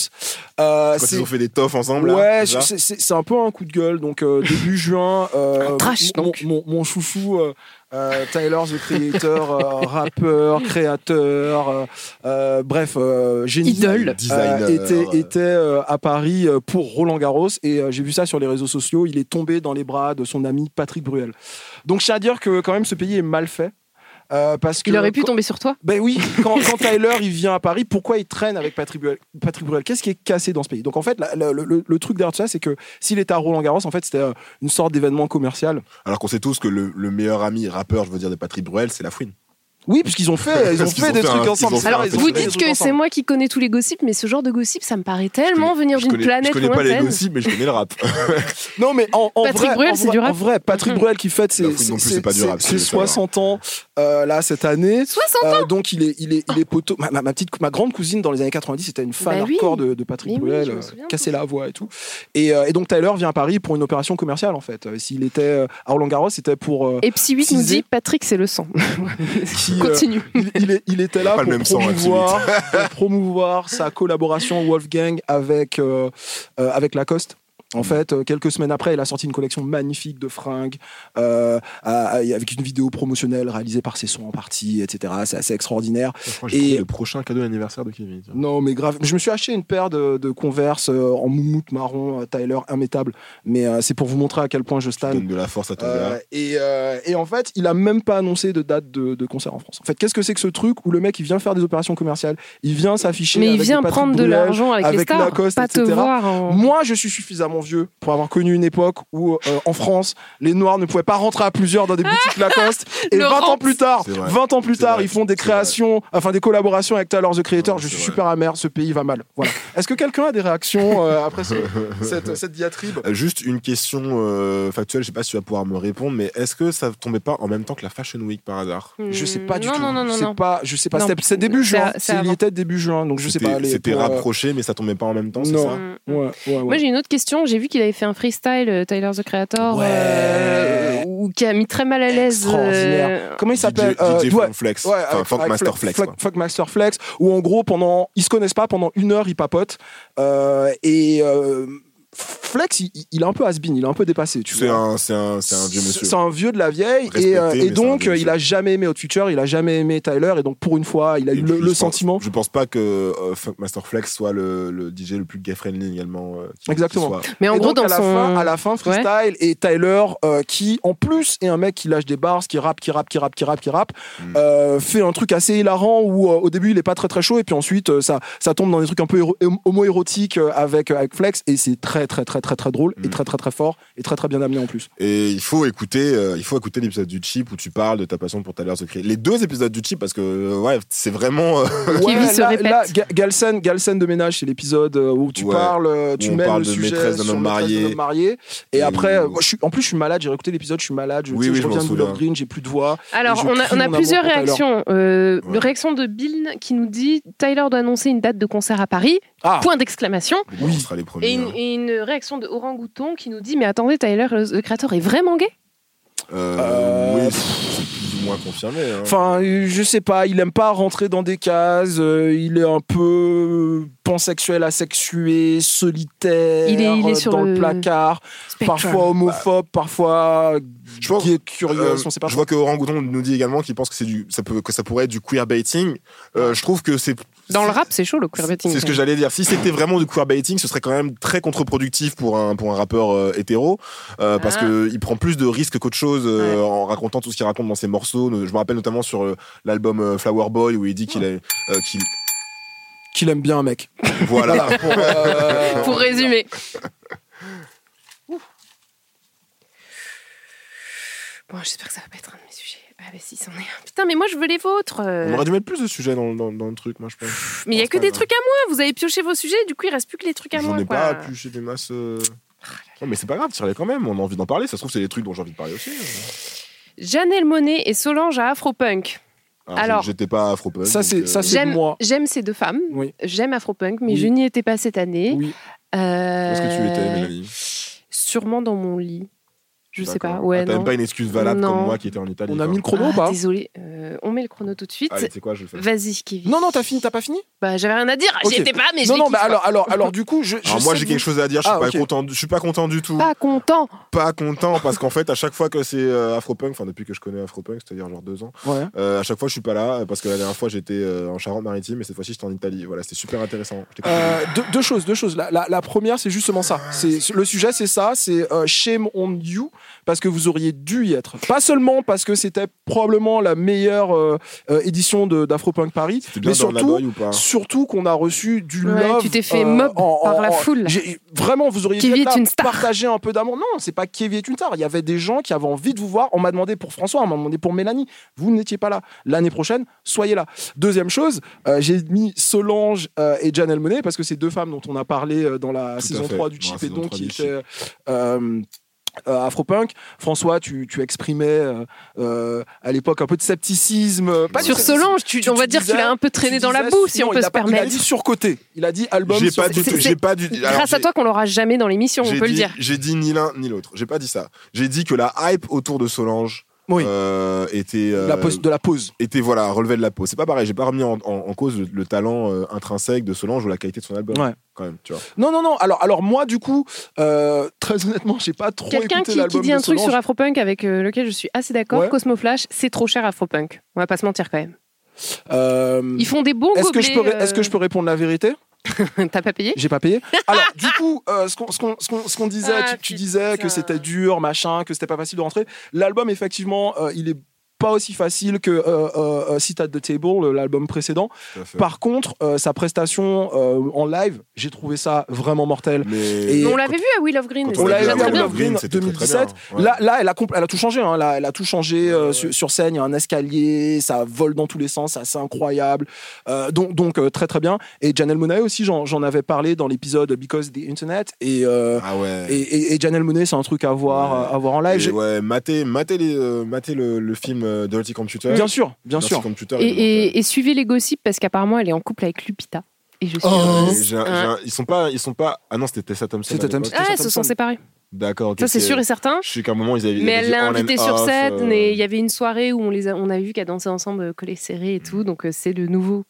Euh,
Quand
c'est-
ils ont fait des toffes ensemble. là, c'est
Ouais,
ça
je- c'est- c'est c'est un peu un coup de gueule. Donc euh, début juin, euh,
Ah, trash,
mon,
donc.
mon- mon chouchou. euh, euh, Tyler the Creator, euh, rappeur, créateur, euh, euh, bref, euh, génie.
Idole.
Designer,
Ah, était
euh.
était euh, à Paris euh, pour Roland Garros et euh, j'ai vu ça sur les réseaux sociaux. Il est tombé dans les bras de son ami Patrick Bruel. Donc je tiens à dire que quand même ce pays est mal fait. euh, parce que
Il aurait pu tomber sur toi.
ben oui, quand, quand Tyler il vient à Paris, pourquoi il traîne avec Patrick Bruel, Patrick Bruel Qu'est-ce qui est cassé dans ce pays Donc en fait, la- la- le, le- le truc derrière tout ça, c'est que s'il était à Roland Garros, en fait, c'était euh, une sorte d'événement commercial.
Alors qu'on sait tous que le, le meilleur ami rappeur, je veux dire, de Patrick Bruel, c'est la fouine.
Oui, puisqu'ils ont fait, ils ont
Parce qu'ils
fait
ont
des
fait un-
trucs ensemble.
ils ont
c'est
fait
vrai,
un
ils ont
festival.
Vous
fait des
dites
trucs
que c'est
ensemble.
moi qui connais tous les gossips, mais ce genre de gossip, ça me paraît tellement venir
Je
d'une
connais-
planète
Je connais pas les
lointaine.
gossips, mais je connais le rap.
Non, mais en, en
Patrick
vrai,
Bruel,
en
c'est
vrai-
du rap.
En vrai, Patrick
Mhm.
Bruel qui fête ses,
La fouine non plus, c'est pas du rap,
ses-
si
ses
je veux savoir.
60 ans euh, là cette année.
60
Euh, donc il est, il est, il est poteau. Ma, ma- ma petite, cou- ma grande cousine dans les années 90, c'était une fan
Bah oui.
hardcore de, de Patrick
Mais oui,
Bruel,
je me
euh,
souviens.
casser la voix et tout. Et, euh, et donc Tyler vient à Paris pour une opération commerciale en fait. Euh, S'il était euh, à Roland Garros, c'était pour
hein.
euh,
Et Psy 8 nous
Cisé.
dit Patrick, c'est le sang.
qui, euh,
Continue.
il, il est- il était là
Pas
pour
le même sang, hein,
promouvoir, pour promouvoir sa collaboration Wolfgang avec, euh, euh, avec Lacoste.
Mm.
En fait, euh, quelques semaines après, il a sorti une collection magnifique de fringues euh, à- à- avec une vidéo promotionnelle réalisée par ses sons en partie, etc. C'est assez extraordinaire. j'ai trouvé
Et
le
le prochain cadeau d'anniversaire de Kevin.
Non, mais grave. Je me suis acheté une paire de, de Converse euh, en moumoute marron, euh, Tyler, immétable. Mais euh, c'est pour vous montrer à quel point je stan.
Donne de la force à ton gars.
et, euh, et en fait, il a même pas annoncé de date de, de concert en France. En fait, qu'est-ce que c'est que ce truc où le mec il vient faire des opérations commerciales, il vient s'afficher,
Mais il
avec
vient
des Patrick
prendre de
Bruel.
l'argent avec, les
avec
stars,
Lacoste,
pas te
etc..
voir en...
Moi, je suis suffisamment vieux pour avoir connu une époque où, euh, en France, les Noirs ne pouvaient pas rentrer à plusieurs dans des boutiques Lacoste. Et 20 ans
Laurence.
plus tard,
C'est vrai.
20 ans plus
C'est
tard,
vrai.
ils font des
C'est vrai.
créations, enfin des collaborations avec Tyler the Creator.
Ouais,
je
c'est
suis
vrai.
super amer, ce pays va mal. Voilà. Est-ce que quelqu'un a des réactions euh, après ce- cette, cette diatribe
Euh, Juste une question euh, factuelle, je sais pas si tu vas pouvoir me répondre, mais est-ce que ça tombait pas en même temps que la Fashion Week par hasard
je sais pas du
Hmm. non,
tout.
Non, non, non,
C'est
non.
pas, je sais pas.
Non.
C'était- C'est début
C'est
juin.
à- c'est
C'est- Il
avant.
était début juin, donc je sais
C'était-
pas. les-
C'était
pour, euh,
rapproché, mais ça tombait pas en même temps, c'est
Non.
ça
Mm.
ouais, ouais, ouais.
Moi, j'ai une autre question. J'ai vu qu'il avait fait un freestyle, euh, Tyler the Creator,
Ouais.
euh, ou qui a mis très mal à l'aise.
Extraordinaire.
euh,
Comment il s'appelle
DJ,
Euh,
DJ
ouais,
Flex,
Ouais,
enfin
avec-
Funk
avec
Master
Fle-
Flex.
Fle-
quoi.
Funk Master Flex, où en gros, pendant, ils se connaissent pas, pendant une heure, ils papotent. euh, et euh, Flex, il, il est un peu has-been, il est un peu dépassé. Tu
C'est
vois.
un, c'est un, c'est un vieux monsieur.
C'est un vieux de la vieille.
Respecté,
Et, euh,
mais
et
c'est un
donc,
vieux
il a
monsieur.
jamais aimé Hot Future, il a jamais aimé Tyler. Et donc, pour une fois, il a
Et
eu
puis,
le,
je
le
pense-
sentiment.
Je pense pas que euh, Funk Master Flex soit le, le DJ le plus gay-friendly également. euh, qui- qui
Exactement.
soit.
Mais en
Et
gros,
donc,
dans
à la
son.
fin, à la fin, freestyle et Tyler euh, qui en plus est un mec qui lâche des bars, qui rappe, qui rappe, qui rappe, qui rappe, qui rappe,
Hmm.
euh, fait un truc assez hilarant où euh, au début il est pas très très chaud et puis ensuite euh, ça ça tombe dans des trucs un peu héro- hom- homoérotiques euh, avec euh, avec Flex et c'est très très très très très drôle et
Mm.
très très très fort et très très bien amené en plus.
Et il faut écouter, euh, il faut écouter l'épisode du Chip où tu parles de ta passion pour Tyler the Creator. Les deux épisodes du Chip parce que euh, ouais, c'est vraiment euh,
Kevin se
là,
répète.
là, Ga- Galsen Galsen de ménage c'est l'épisode euh, où tu
Ouais.
parles euh, tu
on
mènes
parle
le
de
sujet
maîtresse d'un
sur
homme
maîtresse
marié.
homme marié et
Et
après
où-
euh, moi, je suis en plus je suis malade j'ai réécouté l'épisode je suis malade je,
Oui,
tu sais,
oui,
je
je m'en
reviens de Will of
souviens.
Green j'ai plus de voix
Alors,
je
on a,
crie
on a
mon amour
plusieurs
pour Tyler.
réactions. Euh,
Ouais.
la Réaction de Bill qui nous dit Tyler doit annoncer une date de concert à Paris.
Ah.
Point d'exclamation.
on sera les premiers.
Et une,
hein.
et une réaction de Orangouton qui nous dit Mais attendez, Tyler, le créateur, est vraiment gay
Euh,
Euh,
oui, c'est plus ou moins confirmé. hein.
Enfin, euh, je sais pas, il aime pas rentrer dans des cases, euh, il est un peu euh, pansexuel, asexué, solitaire, euh,
Il est- il est sur
dans le,
le
placard, parfois homophobe, parfois euh,
Je pense-
gay, curieux,
Euh,
on sait pas.
je vois que Orangouton nous dit également qu'il pense que c'est du, ça peut, que ça pourrait être du queerbaiting. Euh, je trouve que c'est
Dans le rap, c'est chaud le queerbaiting.
C'est ce que j'allais dire. Si c'était vraiment du queerbaiting, ce serait quand même très contre-productif pour un, pour un rappeur euh, hétéro, euh, parce
Ah.
que il prend plus de risques qu'autre chose euh, en racontant tout ce qu'il raconte dans ses morceaux. Je me rappelle notamment sur euh, l'album euh, Flower Boy où il dit qu'il est, euh, qu'il,
qu'il aime bien un mec.
voilà.
Euh,
Pour résumer. Bon, j'espère que ça va pas être un de mes sujets. Ah bah si, c'en est un. Putain, mais moi je veux les vôtres. euh.
On aurait dû mettre plus de sujets dans, dans, dans le truc, moi je pense.
Mais il y a
pense
que
pas,
des
ouais.
trucs à moi. Vous avez pioché vos sujets, du coup il reste plus que les trucs à
J'en
moi.
ai
quoi. Oh
pas plus chez des masses. euh. Non, mais c'est pas grave, tire-les quand même. On a envie d'en parler. Ça se trouve c'est des trucs dont j'ai envie de parler aussi.
Janelle Monet et Solange à Afropunk. Alors.
j'étais pas afro
Ça, c'est-
euh,
ça, c'est-
J'aime
moi.
j'aime ces deux femmes.
Oui.
J'aime Afropunk, mais
Oui.
je n'y étais pas cette année.
oui.
Euh,
Est-ce que tu étais, Mélanie
Sûrement dans mon lit. Je sais
D'accord.
pas. Ouais,
Ah, T'as
non.
même pas une excuse valable
Non.
comme moi qui était en Italie.
On a
quoi.
mis le chrono ou
Ah,
pas
Désolée. Euh, on met le chrono tout de suite.
Allez, c'est quoi, je le fais.
Vas-y, Kevin.
Non, non, t'as fini, t'as pas fini
Bah, j'avais rien à dire.
Ok.
J'y étais pas, mais je
Non,
l'ai
non,
kiffé,
bah
quoi.
alors, alors, alors du coup, je. je
Alors moi
sais
j'ai
que
quelque
vous-
chose à dire, je suis
Ah,
pas
ok.
content, du- je suis pas content du tout.
Pas content.
Pas content parce qu'en fait à chaque fois que c'est euh, Afropunk, enfin depuis que je connais Afropunk, c'est-à-dire genre deux ans,
Ouais.
euh, à chaque fois je suis pas là parce que la dernière fois j'étais euh, en Charente-Maritime et cette fois-ci j'étais en Italie. Voilà, c'était super intéressant. Je t'ai
Euh, deux, deux choses, deux choses. La, la- la première, c'est justement ça. C'est le sujet, c'est ça. C'est euh, shame on you parce que vous auriez dû y être. Pas seulement parce que c'était probablement la meilleure euh, euh, édition de- d'Afropunk Paris,
C'était bien
mais
dans la
surtout,
boy ou pas
surtout qu'on a reçu du
Ouais,
love. euh,
tu t'es fait mob par la foule.
j'ai- Vraiment, vous auriez
Kevin
dû être
est
là,
une star.
partager un peu d'amour. Non, c'est pas Kevin est une star. Il y avait des gens qui avaient envie de vous voir. On m'a demandé pour François, on m'a demandé pour Mélanie. Vous n'étiez pas là. L'année prochaine, soyez là. Deuxième chose, euh, j'ai mis Solange euh, et Janelle Monet parce que c'est deux femmes dont on a parlé euh, dans la
Tout à
saison
fait.
3 du
Dans la
Chip et
saison
donc
3
qui
du Chip.
était euh, euh, Afropunk. François, tu, tu exprimais euh, euh, à l'époque un peu de scepticisme. euh, pas de
Sur
scepticisme,
Solange, tu-
tu-
on va
tu
dire qu'il
disais-
a un peu traîné
tu
dans la
disais-
boue, si
non,
on peut
il a
se
pas- Il a
permettre.
dit surcoté. Il a dit album
J'ai pas
surcoté.
du tout,
c'est-
j'ai pas du alors,
Grâce à
j'ai-
toi qu'on l'aura jamais dans l'émission, on
j'ai
peut le
dit-
dire.
J'ai dit ni l'un ni l'autre. J'ai pas dit ça. J'ai dit que la hype autour de Solange
Oui.
euh, était
De la
euh,
pause- de la pause.
était voilà relevé de la peau. C'est pas pareil. J'ai pas remis en, en- en cause le, le talent euh, intrinsèque de Solange ou la qualité de son album.
Ouais.
Quand même, tu vois.
Non, non, non. Alors, alors moi, du coup, euh, très honnêtement, j'ai pas trop
Quelqu'un
écouté
qui, qui
l'album
dit
de
un truc
Solange.
sur Afropunk avec euh, lequel je suis assez d'accord,
Ouais.
Cosmo Flash, c'est trop cher Afropunk. On va pas se mentir quand même.
Euh,
Ils font des bons
Est-ce que, je peux,
gobelets,
est-ce que je peux répondre la vérité
euh, T'as pas payé
J'ai pas payé. Alors, du coup, euh, ce qu'on ce qu'on- ce qu'on- ce qu'on disait,
Ah,
tu, tu disais
putain.
que c'était dur, machin, que c'était pas facile de rentrer. L'album, effectivement, euh, il est pas aussi facile que euh, euh, euh, Sit at the Table, le- l'album précédent.
Tout à fait.
Par contre, euh, sa prestation euh, en live, j'ai trouvé ça vraiment mortel.
Mais
Et-
Mais On l'avait vu à Will of Green.
quand
on
a
l'a
vu
déjà
vu à
très
Will
Will
bien.
of
of
Green,
Green
c'était très, très bien,
2017.
hein. ouais.
Là, là elle, a compl- elle a tout changé. hein. Là, elle a tout changé euh,
Ouais,
sur,
ouais.
sur scène. Il y a un escalier, ça vole dans tous les sens, c'est assez incroyable. Euh, donc, donc euh, très très bien. Et Janelle Monáe aussi, j'en j'en avais parlé dans l'épisode Because the Internet. Et, euh,
Ah ouais.
et, et, et Janelle Monáe, c'est un truc à voir,
Ouais.
euh, à voir en live.
Et
J'ai-
ouais, mater, mater, les, euh, mater le, le film euh, Dirty Computer.
Bien sûr, bien
Dirty
sûr.
Computer,
Et,
il est
et- et suivez les gossips parce qu'apparemment elle est en couple avec Lupita. Et je suis
Oh.
mortel.
heureuse.
Et j'ai un- j'ai
Hein.
un- Ils sont pas, ils sont pas. Ah non, c'était Tessa Thompson.
C'était
à l'époque.
Thompson.
Ah,
Jason
ils se sont
Thompson.
séparés.
D'accord. ok,
Ça, c'est
euh,
sûr et certain.
Je sais qu'à un moment ils avaient. ils
Mais
avaient
elle
dit
l'a
on and
invité sur
off,
scène
euh,
et il y avait une soirée où on, les a, on a vu qu'elle dansait ensemble, collés serrés et tout. Donc euh, c'est le nouveau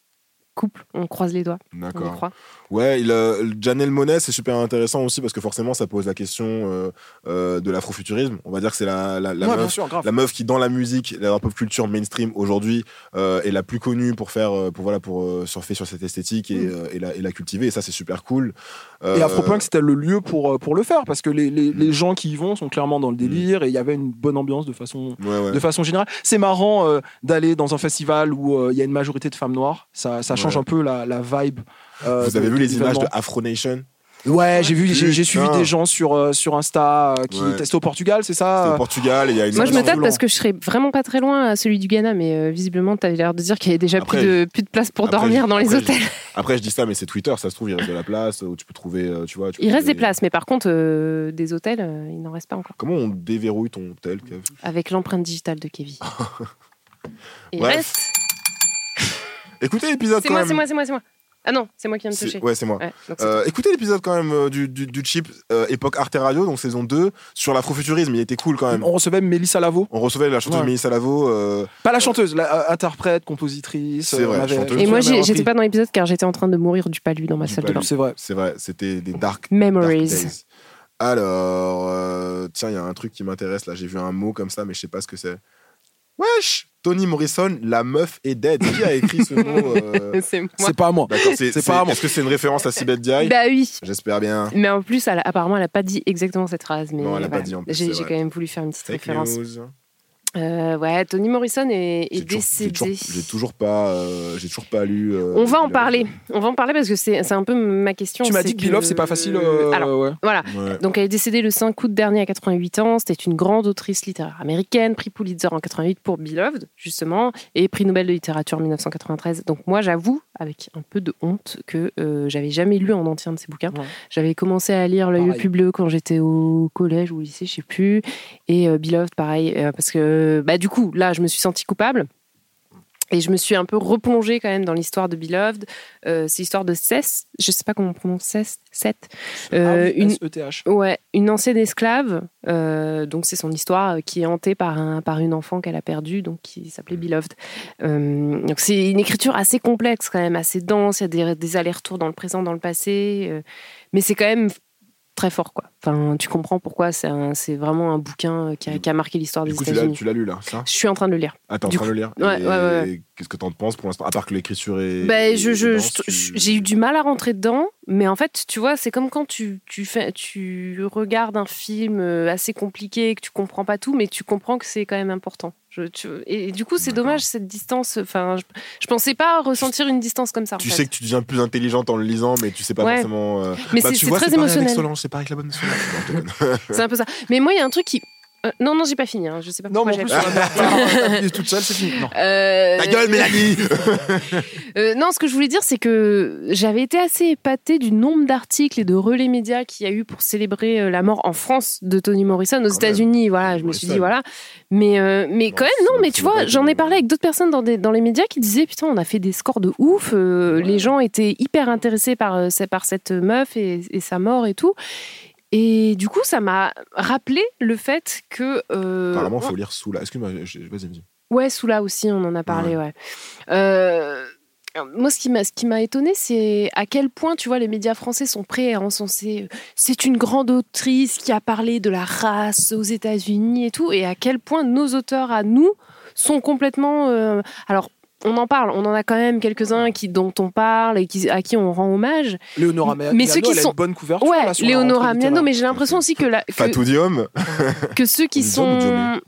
couple. On croise les doigts. On y
D'accord.
croit.
Ouais, il, euh, le Janelle Monet, c'est super intéressant aussi parce que forcément, ça pose la question euh, euh, de l'afrofuturisme. On va dire que c'est la, la, la
Ouais, bien
meuf,
sûr, grave.
la meuf qui, dans la musique, la pop culture mainstream aujourd'hui, euh, est la plus connue pour faire, euh, pour voilà, pour euh, surfer sur cette esthétique et,
Mm.
euh, et la, et la cultiver. Et ça, c'est super cool.
Et
Euh, Mm.
Afropunk, c'était le lieu pour, euh, pour le faire parce que les, les, les gens qui y vont sont clairement dans le délire et il y avait une bonne ambiance de façon,
Ouais, ouais.
de façon générale. C'est marrant euh, d'aller dans un festival où euh, il y a une majorité de femmes noires. Ça, ça change
Ouais.
un peu la, la vibe. euh,
Vous avez
de-
vu les images de
l'événement.
Afro Nation
Ouais, j'ai vu, j'ai j'ai
Putain.
suivi des gens sur, euh, sur Insta euh, qui
Ouais.
testent au Portugal, c'est
C'était
ça euh,
au Portugal. et Il y a une
Ah. Moi, je me
énorme-
tape parce que je serais vraiment pas très loin à celui du Ghana, mais euh, visiblement, t'avais l'air de dire qu'il y avait déjà
Après,
plus, de, plus de place pour
Après,
dormir
je-
dans les
après,
hôtels.
je- après, je dis ça, mais c'est Twitter. Ça se trouve, il reste de la place où tu peux trouver, euh, tu vois. tu peux
Il reste des
trouver-
places, mais par contre, euh, des hôtels, euh, il n'en reste pas encore.
Comment on déverrouille ton hôtel, Kev
Avec l'empreinte digitale de Kevin. Il
Bref.
reste.
Écoutez l'épisode
C'est
quand
moi,
même.
c'est moi, c'est moi, c'est moi. Ah non, c'est moi qui viens de
C'est-
toucher.
Ouais, c'est moi.
Ouais, donc c'est
Euh, écoutez l'épisode quand même euh, du, du, du chip euh, époque Arte Radio, donc saison 2, sur l'afrofuturisme. Il était cool quand même.
On recevait Mélissa Lavo.
On recevait la chanteuse
Ouais.
Mélissa Lavo. euh,
Pas la chanteuse, la euh, interprète, compositrice.
C'est
euh,
vrai,
on avait-
chanteuse.
Et moi,
on avait
j'ai-
un
j'étais
prix.
pas dans l'épisode car j'étais en train de mourir du palu dans ma
Du
salle de
palu.
bain.
C'est vrai.
c'est vrai, c'était des dark, dark
Memories.
days. Alors, euh, tiens, il y a un truc qui m'intéresse là. J'ai vu un mot comme ça, mais je sais pas ce que c'est. Wesh Tony Morrison, la meuf est dead. Qui a écrit ce mot euh,
c'est moi.
C'est pas à moi.
D'accord, c'est
C'est
c'est-
pas moi.
Est-ce que c'est une référence à Sibeth Diaye
Bah oui.
J'espère bien.
Mais en plus, elle a- apparemment, elle n'a pas dit exactement cette phrase. Mais
Non, elle a pas
voilà.
dit en plus,
J'ai
c'est
j'ai
vrai.
quand même voulu faire une petite
Fake
référence.
news.
Euh, ouais, Tony Morrison est, est
J'ai toujours- j'ai
décédé.
toujours- J'ai toujours pas, euh, j'ai toujours pas lu. euh,
On va en
le-
parler. On va en parler parce que c'est c'est un peu ma question.
Tu m'as
c'est
dit que Biloff, c'est pas facile. euh,
Alors,
ouais.
voilà.
Ouais.
Donc, elle est décédée le 5 août dernier à 88 ans. C'était une grande autrice littéraire américaine, prix Pulitzer en 88 pour Beloved, justement, et prix Nobel de littérature en 1993. Donc, moi, j'avoue, avec un peu de honte, que euh, j'avais jamais lu en entier un de ses bouquins.
Ouais.
J'avais commencé à lire L'œil au
Pareil.
bleu quand j'étais au collège ou au lycée, je sais plus. Et euh, Beloved, pareil, euh, parce que, bah, du coup, là, je me suis sentie coupable. Et je me suis un peu replongée quand même dans l'histoire de Beloved. Euh, c'est l'histoire de Seth, je sais pas comment on prononce Seth, Seth. Euh,
Ah oui,
une,
SETH.
Ouais, une ancienne esclave. euh, donc c'est son histoire euh, qui est hantée par un par une enfant qu'elle a perdue, donc qui s'appelait Beloved. Euh, donc c'est une écriture assez complexe quand même, assez dense. Il y a des, des allers-retours dans le présent, dans le passé, euh, mais c'est quand même très fort quoi. Enfin, tu comprends pourquoi c'est un- c'est vraiment un bouquin euh, qui a, qui a marqué l'histoire des
Du coup, tu l'as,
États-Unis.
tu l'as lu là, ça
Je suis en train de le lire.
Ah, t'es en
Du
train de le lire.
ouais,
Et
ouais,
Qu'est-ce que t'en penses pour l'instant À part que l'écriture est.
Ben, je, je-
dense,
je- je-
tu-
j'ai eu du mal à rentrer dedans, mais en fait, tu vois, c'est comme quand tu, tu, fais, tu regardes un film euh, assez compliqué, que tu comprends pas tout, mais tu comprends que c'est quand même important. Je- tu- et, et du coup, c'est
D'accord.
dommage cette distance. Enfin, je, je pensais pas ressentir une distance comme ça. en
Tu
fait.
sais que tu deviens plus intelligente en le lisant, mais tu sais pas
Ouais.
forcément. euh,
mais
bah,
c'est
tu
c'est
vois,
très
c'est pareil avec
émotionnel.
Solange, c'est pareil avec la bonne Solange. Non, je déconne.
C'est un peu ça. Mais moi, il y a un truc qui. euh, non, non, j'ai pas fini. hein. Je sais pas
Non,
pourquoi
mais en
j'ai
plus,
pas
on
fini.
a mis toute seule, c'est fini. Non.
Euh,
Ta gueule, Mélanie
Euh, non, ce que je voulais dire, c'est que j'avais été assez épatée du nombre d'articles et de relais médias qu'il y a eu pour célébrer euh, la mort en France de Tony Morrison aux
Quand
États-Unis. Voilà, je me suis
Morrison.
dit, voilà. Mais, euh, mais
Non,
quand même,
ça
non, mais
n'a
tu vois,
absolument
j'en
pas
ai
été-
parlé avec d'autres personnes dans, des- dans les médias qui disaient, putain, on a fait des scores de ouf. euh, Les gens étaient hyper intéressés par, euh, ce- par cette meuf et, et sa mort et tout. Et du coup, ça m'a rappelé le fait que. euh,
Apparemment,
on-
faut lire sous là. Excuse-moi, je- je- vas-y, vas-y.
Ouais, Soula aussi, on en a parlé, ouais. Euh, moi, ce qui m'a, ce qui m'a étonné, c'est à quel point, tu vois, les médias français sont prêts à encenser. euh, C'est une grande autrice qui a parlé de la race aux États-Unis et tout, et à quel point nos auteurs à nous sont complètement. euh, alors. On en parle, on en a quand même quelques-uns qui, dont on parle et qui, à qui on rend hommage.
Léonora
Mais
Miano, mais
ceux qui
elle a
sont-
une bonne couverture.
Ouais,
là, sur la
Léonora
rentrée
Miano,
littéraire.
mais j'ai l'impression aussi que, la, que,
Fatoudium
Euh. que ceux qui
Ils ont
sont.
le Johnny.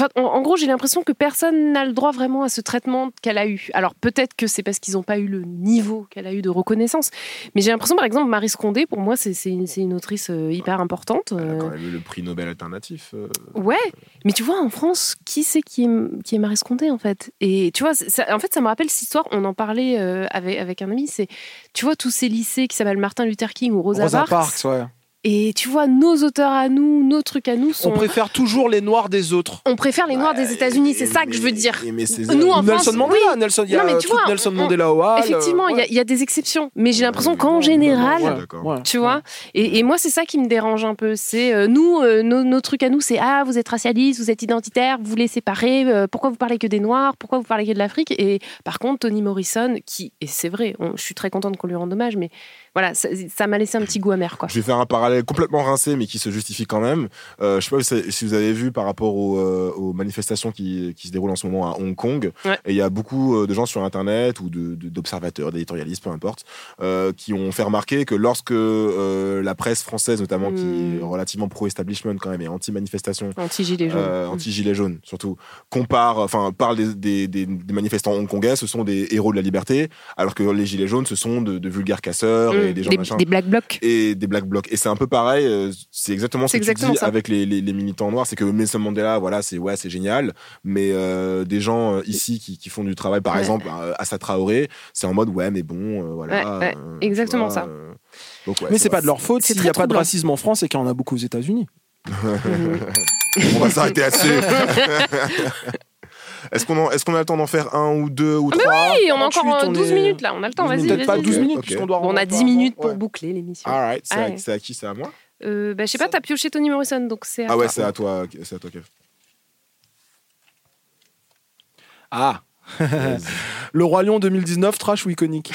Enfin, en, en gros, j'ai l'impression que personne n'a le droit vraiment à ce traitement qu'elle a eu. Alors peut-être que c'est parce qu'ils n'ont pas eu le niveau qu'elle a eu de reconnaissance. Mais j'ai l'impression, par exemple, Marie Scondé, pour moi, c'est c'est une, c'est une autrice euh, hyper importante.
Elle a
euh.
quand même eu le prix Nobel alternatif. euh.
Ouais, mais tu vois, en France, qui c'est qui est, qui est Marie Scondé, en fait Et tu vois, c'est- ça- en fait, ça me rappelle cette histoire, on en parlait euh, avec, avec un ami, c'est, tu vois, tous ces lycées qui s'appellent Martin Luther King ou Rosa,
Rosa
Parks.
Parks, ouais.
Et tu vois, nos auteurs à nous, nos trucs à nous sont...
On préfère toujours les noirs des autres.
on préfère les Noirs
Ouais,
des États-Unis, c'est
Bah, et-
ça que je veux
et-
dire.
et- mais c'est-
Nous, en
Nelson
France,
Mandela, Nelson, il y
Non,
a
mais tu
toute
vois,
Nelson
on-
Mandela au Hall,
Effectivement,
euh,
il y a-
ouais.
il y, a des exceptions, mais j'ai l'impression
Ouais,
qu'en
ouais,
général,
ouais, d'accord.
Ouais.
tu vois, et, et moi c'est ça qui me dérange un peu, c'est euh, nous, euh, nos, nos trucs à nous, c'est ah vous êtes racialiste, vous êtes identitaire, vous voulez séparer, euh, pourquoi vous parlez que des Noirs, pourquoi vous parlez que de l'Afrique, et par contre Toni Morrison, qui et c'est vrai, on- je suis très contente qu'on lui rende hommage, mais voilà, ça ça m'a laissé un petit goût amer quoi.
Je vais faire un parallèle complètement rincé, mais qui se justifie quand même. Euh, je sais pas si- si vous avez vu par rapport aux, euh, aux manifestations qui, qui se déroulent en ce moment à Hong Kong.
Ouais.
Et il y a beaucoup euh, de gens sur Internet ou de- de- d'observateurs, d'éditorialistes, peu importe, euh, qui ont fait remarquer que lorsque euh, la presse française, notamment, qui
Mm.
est relativement pro-establishment quand même et anti-manifestation,
Anti-gilet jaune.
euh, anti-gilets jaunes surtout, compare, enfin, parle des, des- des- des manifestants hongkongais, ce sont des héros de la liberté, alors que les gilets jaunes, ce sont de, de vulgaires casseurs et
Mm.
des gens
des,
machin
des black blocs.
et des black blocs. Et c'est un peu pareil, euh, c'est exactement ce
C'est
que
exactement
tu dis
ça.
avec les, les- les militants noirs, c'est que Nelson Mandela, voilà, c'est ouais, c'est génial, mais euh, des gens euh, ici qui, qui font du travail, par
Ouais.
exemple, à Assa Traoré, c'est en mode ouais, mais bon, euh, voilà.
Ouais, ouais,
euh,
exactement
tu
ça.
euh, donc ouais,
Mais
ça
c'est
va.
pas de leur faute
C'est
s'il n'y
très
a pas de
troublant.
racisme en France et qu'il y en a beaucoup aux États-Unis.
On va s'arrêter là-dessus. Est-ce qu'on en- est-ce qu'on a le temps d'en faire un ou deux ou
Ah mais
trois
oui, on a encore
38,
euh,
on
12
est-
minutes là, on a le temps,
12
vas-y.
minutes.
Peut-être pas
vas-y.
12 minutes,
Ok.
puisqu'on doit
Bon, on a
rentrer
10 minutes pour
Ouais.
boucler l'émission.
All right, c'est
Ah
à-
ouais.
c'est à, qui C'est à moi
Euh, bah, je sais pas, t'as pioché Tony Morrison, donc c'est. à
Ah ouais,
toi.
c'est à toi, c'est à toi, Kev.
Ah Le Roi Lion 2019, trash ou iconique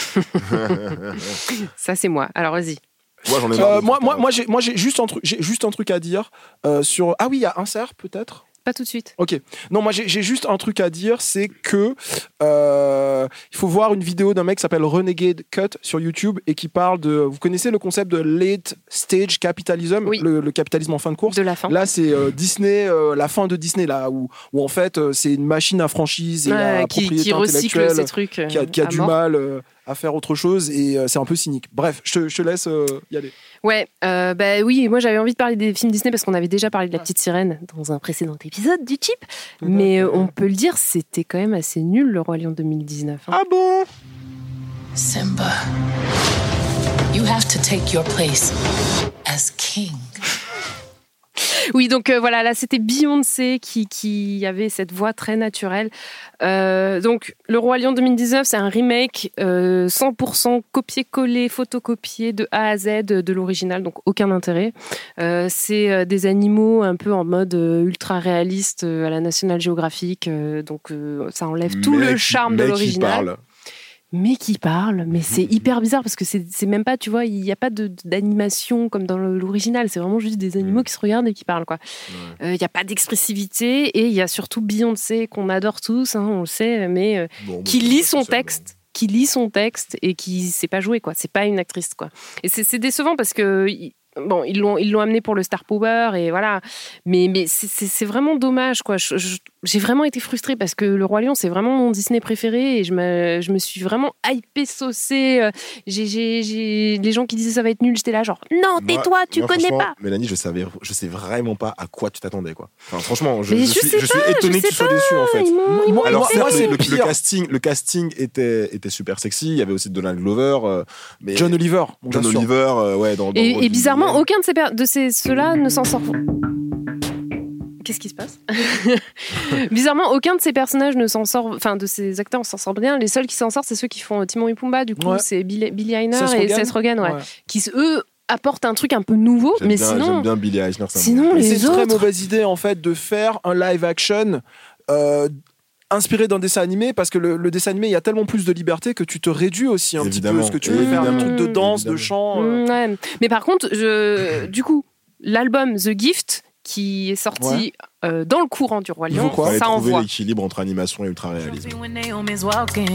Ça, c'est moi. Alors, vas-y.
Moi, j'en ai
Euh,
marre.
Moi, moi, moi, j'ai- moi, j'ai juste, un truc- j'ai juste un truc à dire euh, sur. Ah oui, il y a un cerf peut-être
Pas tout de suite.
Ok. Non, moi j'ai j'ai juste un truc à dire, c'est que euh, il faut voir une vidéo d'un mec qui s'appelle Renegade Cut sur YouTube et qui parle de. Vous connaissez le concept de late stage capitalism,
Oui.
le, le capitalisme en fin de course.
De la fin.
Là, c'est euh, Disney, euh, la fin de Disney, là où, où en fait euh, c'est une machine à franchise et
Ouais,
la
qui,
propriété
qui recycle
intellectuelle
ces trucs. euh,
qui a, qui a
à
du
mort.
mal euh, à faire autre chose et euh, c'est un peu cynique. Bref, je te, je te laisse euh, y aller.
Ouais, euh, bah oui, moi j'avais envie de parler des films Disney parce qu'on avait déjà parlé de La Petite Sirène dans un précédent épisode du Chip. Mais euh, on peut le dire, c'était quand même assez nul le Roi Lion 2019. hein.
Ah bon
Simba, you have to take your place as king.
Oui, donc euh, voilà, là c'était Beyoncé qui, qui avait cette voix très naturelle. Euh, donc Le Roi Lion 2019, c'est un remake euh, 100% copié-collé, photocopié de A à Z de, de l'original, donc aucun intérêt. Euh, c'est euh, des animaux un peu en mode euh, ultra réaliste euh, à la National Geographic, euh, donc euh, ça enlève tout
Mec
le
qui-
charme de
mec qui
l'original
parle.
mais qui parle. Mais c'est hyper bizarre parce que c'est c'est même pas, tu vois, il n'y a pas de- d'animation comme dans le- l'original. C'est vraiment juste des animaux qui se regardent et qui parlent, quoi. Euh, Il n'y a pas d'expressivité et il y a surtout Beyoncé qu'on adore tous, hein, on le sait, mais euh,
Bon,
qui
bah,
lit
c'est
son
spécial,
texte qui lit son texte et qui sait pas jouer quoi c'est pas une actrice quoi et c'est c'est décevant parce que i- bon ils l'ont ils l'ont amené pour le star power et voilà mais mais c'est- c'est c'est vraiment dommage quoi Je- je- j'ai vraiment été frustrée parce que le roi lion c'est vraiment mon Disney préféré et je me je me suis vraiment hypée saucée euh, j'ai j'ai- j'ai- les gens qui disaient ça va être nul j'étais là genre non
Moi-
tais-toi tu
moi,
connais
franchement,
pas
Mélanie, je savais, je sais vraiment pas à quoi tu t'attendais quoi. Enfin, franchement, je,
Mais
je
je
suis,
sais
je suis
pas,
étonné
je
que tu
sais
sois déçu en fait.
Ils m'ont- ils m'ont
moi-
Alors
moi,
certes,
c'est
le, le
pire.
casting, le casting était, était super sexy. Il y avait aussi Donald Glover, euh, mais
John Oliver. mon
John
gars sûr.
Oliver, euh, ouais, dans, dans le rôle
Et, et
du-
bizarrement, aucun de ces, per- de ces ceux-là ne s'en sort. Qu'est-ce qui se passe Bizarrement, aucun de ces personnages ne s'en sort, enfin de ces acteurs s'en sort bien. Les seuls qui s'en sortent, c'est ceux qui font euh, Timon et Pumba. Du coup,
Ouais.
c'est Bill- Billy Eichner
Seth
et
Rogen
Seth Rogen, ouais,
Ouais.
qui eux apportent un truc un peu nouveau.
J'aime
Mais
bien-
sinon,
j'aime bien Billy Eisner. ça me-
sinon,
Mais
les
C'est une très
autres-
mauvaise idée en fait de faire un live action euh, inspiré d'un dessin animé parce que le, le dessin animé il y a tellement plus de liberté que tu te réduis aussi un
Évidemment.
petit peu ce que tu veux faire, un
Évidemment.
truc de danse, de
Évidemment.
chant. euh.
Mm, ouais. Mais par contre, je, du coup, l'album The Gift qui est sorti euh, dans le courant du roi
Il vaut
lion,
quoi
Fallait
ça
trouver
envoie.
l'équilibre entre animation et ultra réalisme.
When Naomi's walking,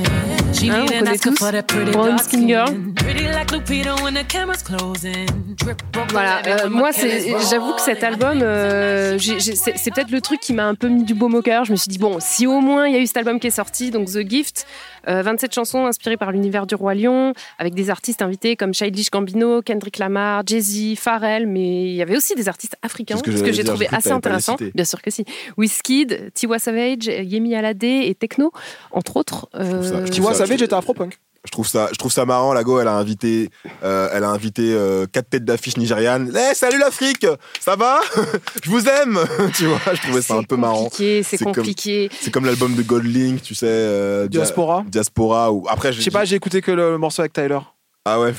she need
Hein, on
an
connaît
Oscar
tous.
for that pretty
Brown
dark
skin girl.
skin. Pretty like Lupita when the camera's closing. Drip, drop,
Voilà,
drop,
euh, moi,
my camera's
c'est- j'avoue que cet album, euh, j'ai- j'ai- c'est c'est peut-être le truc qui m'a un peu mis du baume au cœur. Je me suis dit, bon, si au moins il y a eu cet album qui est sorti, donc The Gift, euh, 27 chansons inspirées par l'univers du Roi Lion, avec des artistes invités comme Childish Gambino, Kendrick Lamar, Jay-Z, Pharrell, mais il y avait aussi des artistes africains,
C'est ce que
ce que
j'allais
j'ai
dire,
trouvé
j'ai cru que
assez
t'allais pas les
intéressant.
citer.
Bien sûr que si. Wizkid, Tiwa Savage, Yemi Alade et Techno, entre autres.
trouve ça-
euh,
je
Tu vois,
Ça,
ça fait,
tu-
j'étais afro-punk.
Je trouve ça, je trouve ça marrant. La Go, elle a invité, euh, elle a invité euh, quatre têtes d'affiche nigérianes. Eh, salut l'Afrique, ça va Je vous aime. tu vois, je trouvais ça un peu marrant.
compliqué, C'est
C'est comme-
compliqué.
C'est comme l'album de Goldlink, tu sais. euh, Dia-
Diaspora.
Diaspora ou après,
Je sais pas,
dit-
j'ai écouté que le, le morceau avec Tyler.
Ah ouais.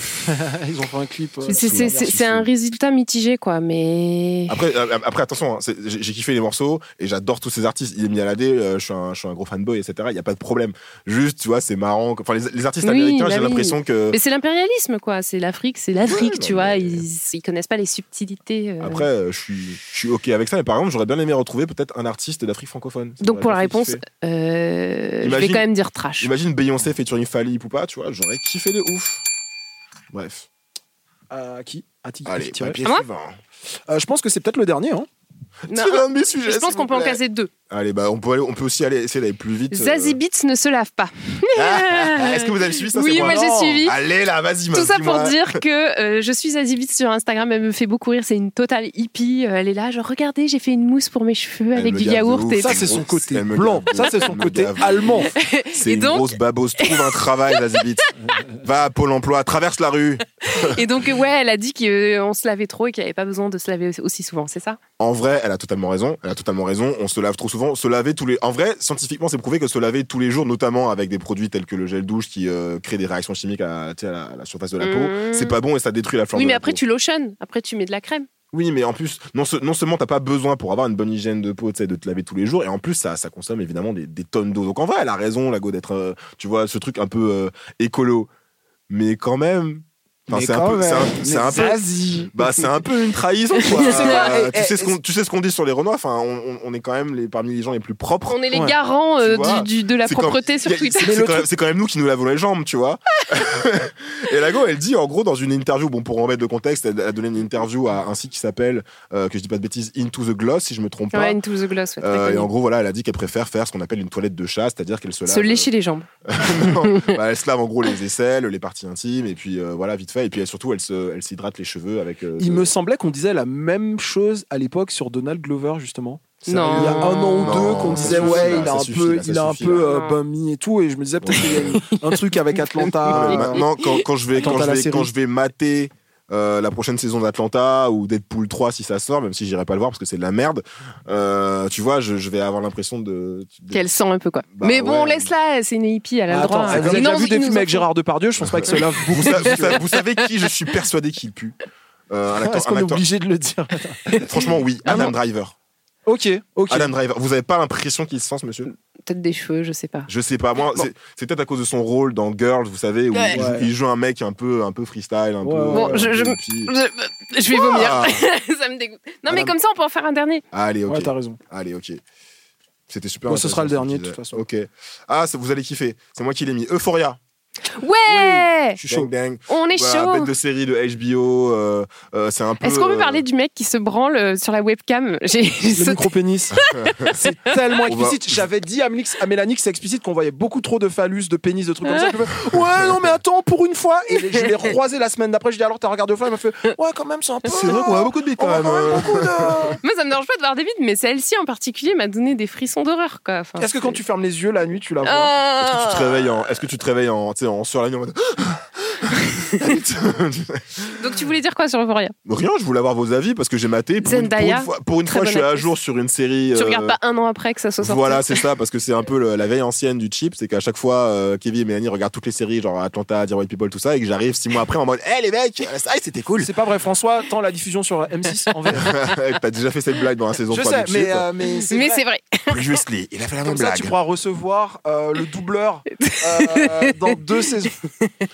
Ils ont fait un clip. euh,
C'est- C'est c'est- c'est un résultat mitigé, quoi, mais.
Après, euh, après attention, hein, c'est- j'ai j'ai kiffé les morceaux et j'adore tous ces artistes. Il est mis à euh, je suis un, je suis un gros fanboy, etc. Il y a pas de problème. Juste, tu vois, c'est marrant. Enfin, les, les artistes
Oui,
américains,
bah
j'ai
oui.
l'impression que.
Mais c'est l'impérialisme, quoi. C'est l'Afrique, c'est l'Afrique,
Ouais,
tu
non,
vois.
mais-
Ils, ils connaissent pas les subtilités. euh.
Après, euh, je suis, je suis ok avec ça, mais par exemple, j'aurais bien aimé retrouver peut-être un artiste d'Afrique francophone. Ça
Donc
m'aurait
pour la
bien fait
réponse,
kiffer.
euh, je vais
Imagine-
quand même dire trash.
imagine Beyoncé featuring Fally ou pas, tu vois, j'aurais kiffé de ouf. Bref,
À qui À Tiki-
allez,
Tiki- ouais.
papier
Ah, moi
suivant.
Euh, Je pense que c'est peut-être le dernier. hein.
Non,
C'est l'un de mes sujets,
je pense
s'il
qu'on
vous
peut en
plaît.
caser deux.
Allez, bah on peut, aller, on peut aussi aller essayer d'aller plus vite. euh.
Zazie Beats ne se lave pas.
Ah, Est-ce que vous avez suivi ça
Oui,
c'est
moi j'ai
Non.
suivi.
Allez là, vas-y, meuf,
Tout ça pour
dis-moi.
dire que euh, je suis Zazie Beats sur Instagram, elle me fait beaucoup rire, c'est une totale hippie, Euh, elle est là, genre regardez, j'ai fait une mousse pour mes cheveux
Elle
avec
me
du
gave de
yaourt.
ouf.
Et...
Elle
Ça,
me
c'est son
gave
côté
de ouf.
blanc. Ça, c'est
Elle
son
me
côté
gave de ouf.
allemand.
C'est
Et
une
donc-
grosse babose. Trouve un travail, Zazie Beetz. Va à Pôle emploi, traverse la rue.
et donc, euh, ouais, elle a dit euh, qu'on se lavait trop et qu'il n'y avait pas besoin de se laver aussi souvent, c'est ça
En vrai, elle a totalement raison. Elle a totalement raison. On se lave trop souvent. vont se laver tous les. En vrai, scientifiquement, c'est prouvé que se laver tous les jours, notamment avec des produits tels que le gel douche qui euh, crée des réactions chimiques à, tu sais, à la, à la surface de la
Mhm.
peau, c'est pas bon et ça détruit la flamme.
Oui,
de
mais
la
après,
peau.
tu lotionnes. Après, tu mets de la crème.
Oui, mais en plus, non, se- non seulement t'as pas besoin pour avoir une bonne hygiène de peau, tu sais, de te laver tous les jours, et en plus, ça, ça consomme évidemment des, des tonnes d'eau. Donc en vrai, elle a raison, Lago, d'être, euh, tu vois, ce truc un peu euh, écolo. Mais quand même. Enfin,
Mais
c'est un
quand
peu. C'est
même.
un, c'est un
Mais
peu.
vas-y.
Bah, c'est un peu une trahison, quoi.
Tu sais quoi,
Euh,
eh,
tu, sais
eh,
ce qu'on, tu sais ce qu'on dit sur les Renois, enfin, on, on- on est quand même les, parmi les gens les plus propres.
On est les
Ouais.
garants
Tu
euh,
vois,
du- du- de la
c'est quand-
propreté
y
sur
a-
Twitter.
c'est- C'est quand, même- c'est quand même nous qui nous lavons les jambes, tu vois. et Lago, elle dit en gros dans une interview, bon pour remettre le contexte, elle a donné une interview à un site qui s'appelle, euh, que je dis pas de bêtises, Into the Gloss, si je me trompe pas.
Ouais, into the gloss. ouais, très
Euh, et
connu.
en gros, euh, voilà, elle a dit qu'elle préfère faire ce qu'on appelle une toilette de chat, c'est-à-dire qu'elle se lave.
Se lécher les jambes.
Non. Bah, elle se lave en gros les aisselles, les parties intimes, et puis euh, voilà, vite fait. Et puis elle- surtout, elle se- elle s'hydrate les cheveux avec. euh,
Il
de-
me semblait qu'on disait la même chose à l'époque sur Donald Glover, justement.
Non.
Il y a un an ou
Non,
deux qu'on
ça
disait,
suffit,
ouais,
là,
il
ça
a un
suffit,
peu,
là, ça
il a un
suffit,
peu
là.
euh, bummy et tout, et je me disais peut-être qu'il y a une- un truc avec
Non, mais
Ah, Atlanta.
Euh,
euh,
maintenant, quand, quand je vais,
Attends,
quand
t'as
je
la
vais,
série.
quand je vais mater euh, la prochaine saison d'Atlanta ou Deadpool 3 si ça sort, même si j'irai pas le voir parce que c'est de la merde, euh, tu vois, je, je vais avoir l'impression de. de-
Qu'elle sent un peu, quoi.
Bah,
mais bon,
ouais. Bah
laisse-la, c'est une hippie, elle a le
Attends,
hein.
droit. Il
vous avez déjà
nous-
vu
il
des
nous
films
en
avec
faut.
Gérard Depardieu Je pense pas que cela vous.
Vous, sa- vous sa- vous savez qui je suis persuadé qu'il pue Euh, un acteur,
Ah, Est-ce qu'on
un
est
acteur-
obligé de le dire
Franchement, oui, Adam Driver.
Ok, ok.
Adam Driver. Vous avez pas l'impression qu'il se sent, ce monsieur
Peut-être des cheveux, je sais pas.
Je sais pas. Moi, c'est- c'est peut-être à cause de son rôle dans Girls, vous savez, où
Ouais.
il, joue,
Ouais.
il joue un mec un peu, un peu freestyle, un
Ouais,
peu. euh,
ouais.
Bon,
un
je-
peu
je-
hippie.
Je, je vais vomir.
Ah
ça me dégoûte. Non, mais
Madame-
comme ça, on peut en faire un dernier.
Allez, ok.
Ouais, t'as raison.
Allez, ok. C'était super.
Bon, ce sera le
intéressant,
dernier,
ce
de toute
qu'il
façon.
disait. Ok. Ah, ça- vous allez kiffer. C'est moi qui l'ai mis. Euphoria.
Ouais
Je suis chaud. Dang, dang.
On est
Voilà,
chaud
bête de série de HBO. euh, euh, c'est un peu.
Est-ce qu'on peut
euh,
parler du mec qui se branle euh, sur la webcam J'ai j'ai
Le
sauté.
micro-pénis. c'est
On
tellement
va-
explicite. J'avais dit à, Mélix- à Mélanie que c'est explicite qu'on voyait beaucoup trop de phallus, de pénis, de trucs comme ça. Je fais, ouais, non, mais attends, pour une fois. Et je l'ai croisé la semaine d'après. Je lui ai dit, alors, t'as regardé au flash Il m'a fait, ouais, quand même, c'est un peu.
C'est vrai qu'on a beaucoup de bites
On
quand
voit
même. euh.
quand même beaucoup de.
Moi, ça me dérange pas de voir des vides, mais celle-ci en particulier m'a donné des frissons d'horreur, quoi. Enfin,
Est-ce que quand tu fermes les yeux la nuit, tu la vois
Ah.
Est-ce que tu te réveilles en, est-ce que tu te réveilles en, tu sais, en sur la nuit en mode.
Donc, tu voulais dire quoi sur Euphoria
Rien, je voulais avoir vos avis parce que j'ai maté. Pour une, pour une
Zendaya,
fois, pour une
très
fois,
bonne
je suis à
actrice.
jour sur une série.
Tu
euh,
regardes pas un an après que ça soit sorti
Voilà, c'est ça, parce que c'est un peu le- la veille ancienne du chip, c'est qu'à chaque fois, euh, Kevin et Mélanie regardent toutes les séries, genre Atlanta, Dear White People, tout ça, et que j'arrive six mois après en mode, hé les mecs, euh, ça, c'était cool.
C'est pas vrai, François, tant la diffusion sur M6 en VR.
T'as déjà fait cette blague dans la saison
Je
3
sais,
du chip.
mais, euh, mais c'est
Mais
vrai.
c'est vrai.
Previously, il a fait la même
Comme ça,
blague.
tu pourras recevoir euh, le doubleur euh, dans deux saisons.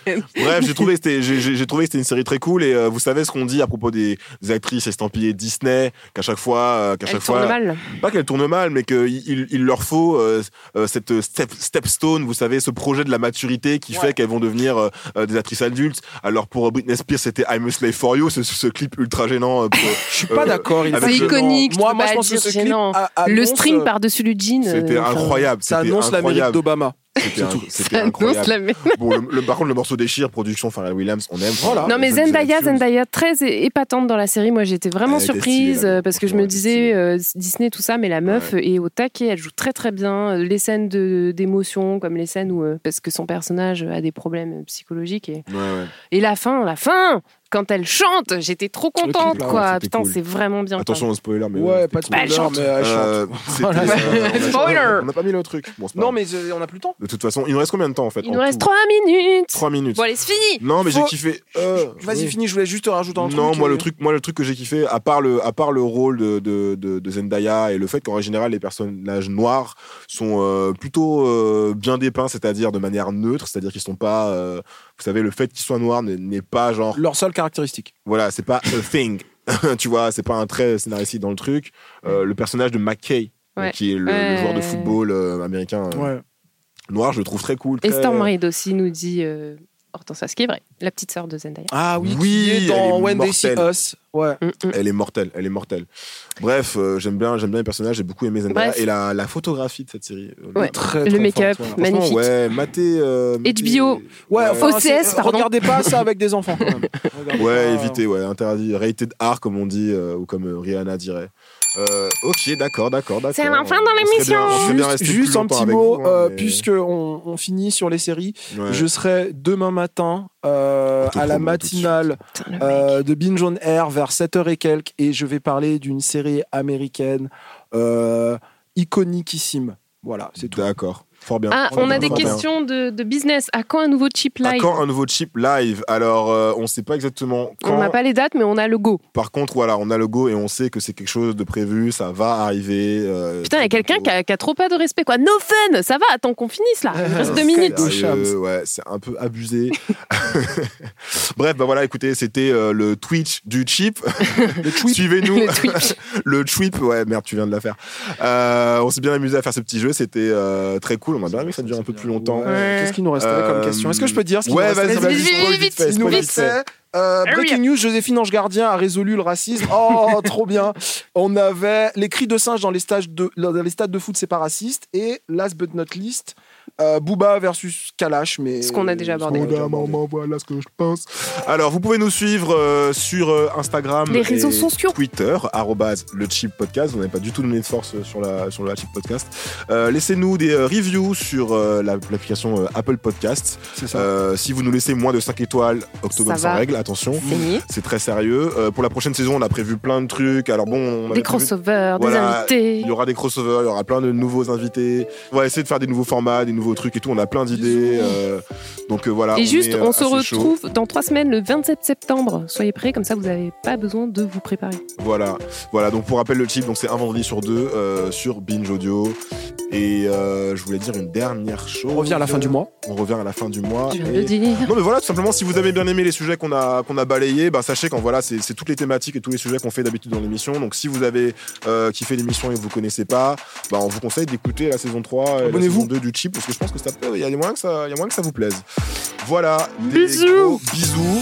Bref, j'ai trouvé que c'était- j'ai- j'ai j'ai trouvé que c'était une série très cool, et euh, vous savez ce qu'on dit à propos des, des actrices estampillées Disney, qu'à chaque fois, euh, qu'à
Elle
chaque fois.
tourne mal.
pas qu'elle tourne mal, mais qu'il il il leur faut euh, euh, cette step, stepstone, vous savez, ce projet de la maturité qui fait qu'elles vont devenir euh, euh, des actrices adultes. Alors pour Britney Spears, c'était I'm a Slave for You, ce, ce clip ultra gênant. euh, pour-
Je suis pas
euh,
d'accord. il est
C'est
pas gênant.
iconique,
Moi,
tu
moi
peux
je
pas
pense que
dire
ce clip
gênant.
a-
Le
annonce,
string
euh,
par-dessus le jean. euh,
C'était
enfin,
incroyable.
Ça
Ah, c'était
annonce la mérite
incroyable,
d'Obama.
C'était un- c'était
ça annonce
incroyable.
la même.
Bon, le, le- par contre, le morceau déchire, production Pharrell Williams, on aime.
Voilà.
Non mais
Je- je-
Zendaya,
là-dessus,
Zendaya très é- épatante dans la série. Moi j'étais vraiment
Elle était
surprise
stylée, la
euh, parce que je
franchement,
me
elle était
disais euh, Disney tout ça, mais la meuf est au taquet. Elle joue très très bien Euh, les scènes de- d'émotion comme les scènes où euh, parce que son personnage a des problèmes psychologiques et,
Ouais, ouais.
et la fin, la fin quand elle chante, j'étais trop
clip,
contente
là, ouais,
quoi.
c'était
Putain
cool.
c'est vraiment bien.
Attention au spoiler, mais. euh,
Ouais, pas de
c'était cool.
Elle
spoiler,
chante.
mais elle
Euh,
chante.
c'était,
Voilà.
euh, on a-
Spoiler.
On n'a pas mis le truc. Bon, c'est pas
Non,
grave.
mais euh, on a plus le temps.
De toute façon, il nous reste combien de temps en fait
Il
en
nous reste
tout
3 minutes.
3 minutes.
Bon allez c'est fini.
Non, mais j'ai
Faut-
kiffé. Euh,
Vas-y,
oui.
finis, je voulais juste te rajouter un truc.
Non, moi
euh,
le truc, moi le truc que j'ai kiffé, à part le, à part le rôle de, de, de- de Zendaya et le fait qu'en général les personnages noirs sont euh, plutôt euh, bien dépeints, c'est-à-dire de manière neutre, c'est-à-dire qu'ils sont pas, euh, vous savez, le fait qu'ils soient noirs n'est- n'est pas genre,
Leur seule caractéristique.
voilà, c'est pas a thing, tu vois, c'est pas un trait scénaristique dans le truc. Euh, le personnage de McKay, euh,
Ouais.
qui est le, le
Ouais.
joueur de football euh, américain euh, noir, je le trouve très cool.
Et
très-
Storm Reid aussi nous dit euh, Hortensia, ce qui est vrai, la petite sœur de Zendaya.
Ah oui,
Oui,
qui est
elle
dans
est
When They See
mortelle.
Us. Ouais.
Mm, mm.
Elle est mortelle, elle est mortelle. Bref, euh, j'aime bien, j'aime bien les personnages, j'ai beaucoup aimé Zendaya
Bref.
et la, la photographie de cette série. euh,
Ouais.
Très,
Le
très
make-up,
forte, ouais.
ma-
Franchement,
Magnifique.
Ouais, maté.
HBO.
Ouais, enfin,
OCS,
c'est-
pardon.
Regardez pas ça avec des enfants. quand même. Regardez
Ouais,
pas, euh,
évité, ouais, interdit. Rated R, comme on dit, euh, ou comme euh, Rihanna dirait. Euh, ok, d'accord, d'accord, d'accord.
C'est la fin de
On serait
l'émission.
bien- on serait bien
Juste,
resté plus
juste un
longtemps
petit
avec
mot,
vous, hein,
euh,
mais-
puisque on, on finit sur les séries.
Ouais.
Je serai demain matin euh,
On te
à la
promet tout de suite.
matinale
Putain, le mec.
euh, de Binge on Air vers 7h et quelques et je vais parler d'une série américaine euh, iconiquissime. Voilà, c'est tout.
D'accord. Fort bien.
Ah,
Fort
on a
bien,
des
fort bien.
questions de, de business. À quand un nouveau chip
À
live
quand un nouveau chip live Alors, euh, on ne sait pas exactement quand.
On n'a pas les dates, mais on a le go.
Par contre, voilà, on a le go et on sait que c'est quelque chose de prévu, ça va arriver. euh,
Putain, il y a
très
quelqu'un
bientôt.
qui a, qui a trop pas de respect, quoi. No fun Ça va, attends qu'on finisse là. Il reste
Euh,
deux minutes.
Au
sérieux,
Shams.
ouais, c'est un peu abusé. Bref, bah voilà, écoutez, c'était euh, le Twitch du chip.
Le tweet,
Suivez-nous.
Le Twitch.
le trip, ouais, merde, tu viens de la faire. Euh, on s'est bien amusé à faire ce petit jeu, c'était euh, très cool. On a bien aimé que ça dure un peu plus longtemps.
Ouais.
Qu'est-ce qu'il nous resterait comme
Euh,
question Est-ce que je peux dire ce qu'il
ouais,
nous resterait
vas-y,
Vas-y,
vas-y,
vite,
spoil
vite,
vite fait,
vite,
Il nous
spoil
vite. Eh
vite fait.
restait euh,
Hurry
Breaking News, Joséphine Ange Gardien a résolu le racisme. Oh, trop bien. On avait les cris de singe dans les, stages de, dans les stades de foot, c'est pas raciste. Et last but not least, euh, Booba versus Kalash. Mais
Ce qu'on a déjà
ce qu'on
abordé.
a
Voilà,
abordé.
maman, voilà ce que je pense. Alors, vous pouvez nous suivre euh, sur euh, Instagram,
Les réseaux
et
sociaux.
Twitter, arrobase le cheap podcast. Vous n'avez pas du tout donné de force euh, sur la sur le cheap podcast. Euh, Laissez-nous des euh, reviews sur euh, la- l'application euh, Apple Podcast.
C'est ça.
Euh, si vous nous laissez moins de 5 étoiles, octobre
Ça
sans
va.
règle, attention.
Fini.
C'est très sérieux. Euh, pour la prochaine saison, on a prévu plein de trucs. Alors bon, on avait
Des
prévu-
crossovers,
Voilà,
des
il y
invités.
aura des crossovers, il y aura plein de nouveaux invités. On va essayer de faire des nouveaux formats, des nouveaux trucs et tout. On a plein d'idées. euh, donc euh, voilà.
Et juste,
est, euh,
on se
assez chaud.
retrouve dans trois semaines, le 27 septembre. Soyez prêts, comme ça vous n'avez pas besoin de vous préparer.
Voilà, voilà. Donc pour rappel, le chip, donc c'est un vendredi sur deux euh, sur Binge Audio. Et euh, je voulais dire une dernière chose.
On revient à la fin du mois.
On revient à la fin du mois.
Je viens
Ah, Et-
de le dire.
Non mais voilà tout simplement si vous avez bien aimé les sujets qu'on a qu'on a balayés bah sachez qu'en voilà c'est c'est toutes les thématiques et tous les sujets qu'on fait d'habitude dans l'émission donc si vous avez euh, kiffé l'émission et que vous connaissez pas bah on vous conseille d'écouter la saison 3 et la
Abonnez-vous.
saison 2 du chip parce que je pense que ça peut il y a moyen que ça il y a moyen que ça vous plaise voilà des
Bisous.
gros bisous